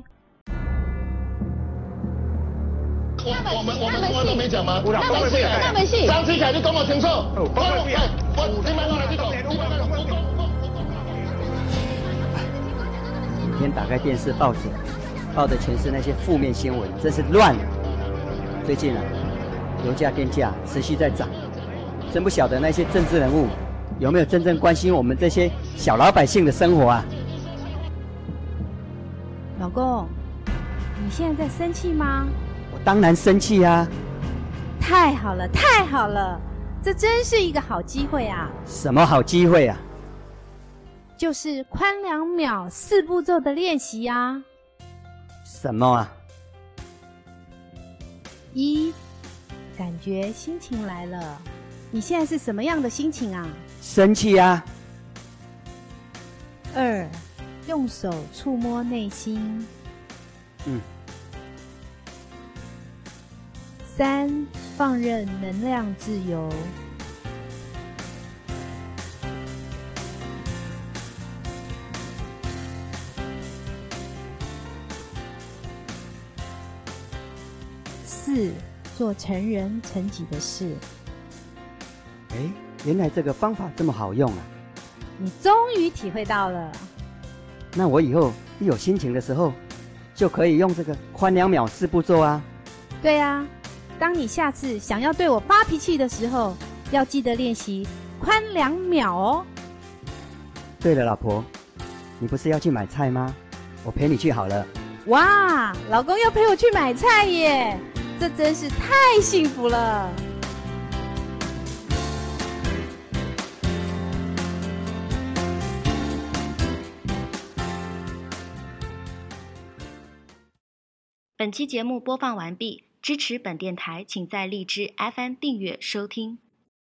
S7: 我们我们我们都没讲吗？
S8: 那么细，那么细。
S7: 张志凯，你讲我清楚。我
S8: 包括不一样
S7: 我你慢慢来，你讲，你慢慢来，我讲我我我讲。
S9: 每天打开电视、报纸，报的全是那些负面新闻，真是乱。最近啊，油价、电价持续在涨，真不晓得那些政治人物有没有真正关心我们这些小老百姓的生活啊？
S3: 老公，你现在在生气吗？
S9: 我当然生气啊！
S3: 太好了，太好了，这真是一个好机会啊！
S9: 什么好机会啊？
S3: 就是宽两秒四步骤的练习啊呀、
S9: 什么啊？
S3: 一，感觉心情来了，你现在是什么样的心情啊？
S9: 生气啊！
S3: 二，用手触摸内心。
S9: 嗯。
S3: 三，放任能量自由。四，做成人成己的事。
S9: 哎，原来这个方法这么好用啊！
S3: 你终于体会到了。
S9: 那我以后一有心情的时候，就可以用这个宽两秒四步骤啊！
S3: 对啊，当你下次想要对我发脾气的时候，要记得练习宽两秒哦。
S9: 对了，老婆，你不是要去买菜吗？我陪你去好了。
S3: 哇，老公要陪我去买菜耶，这真是太幸福了。
S10: 本期节目播放完毕，支持本电台，请在荔枝 FM 订阅收听。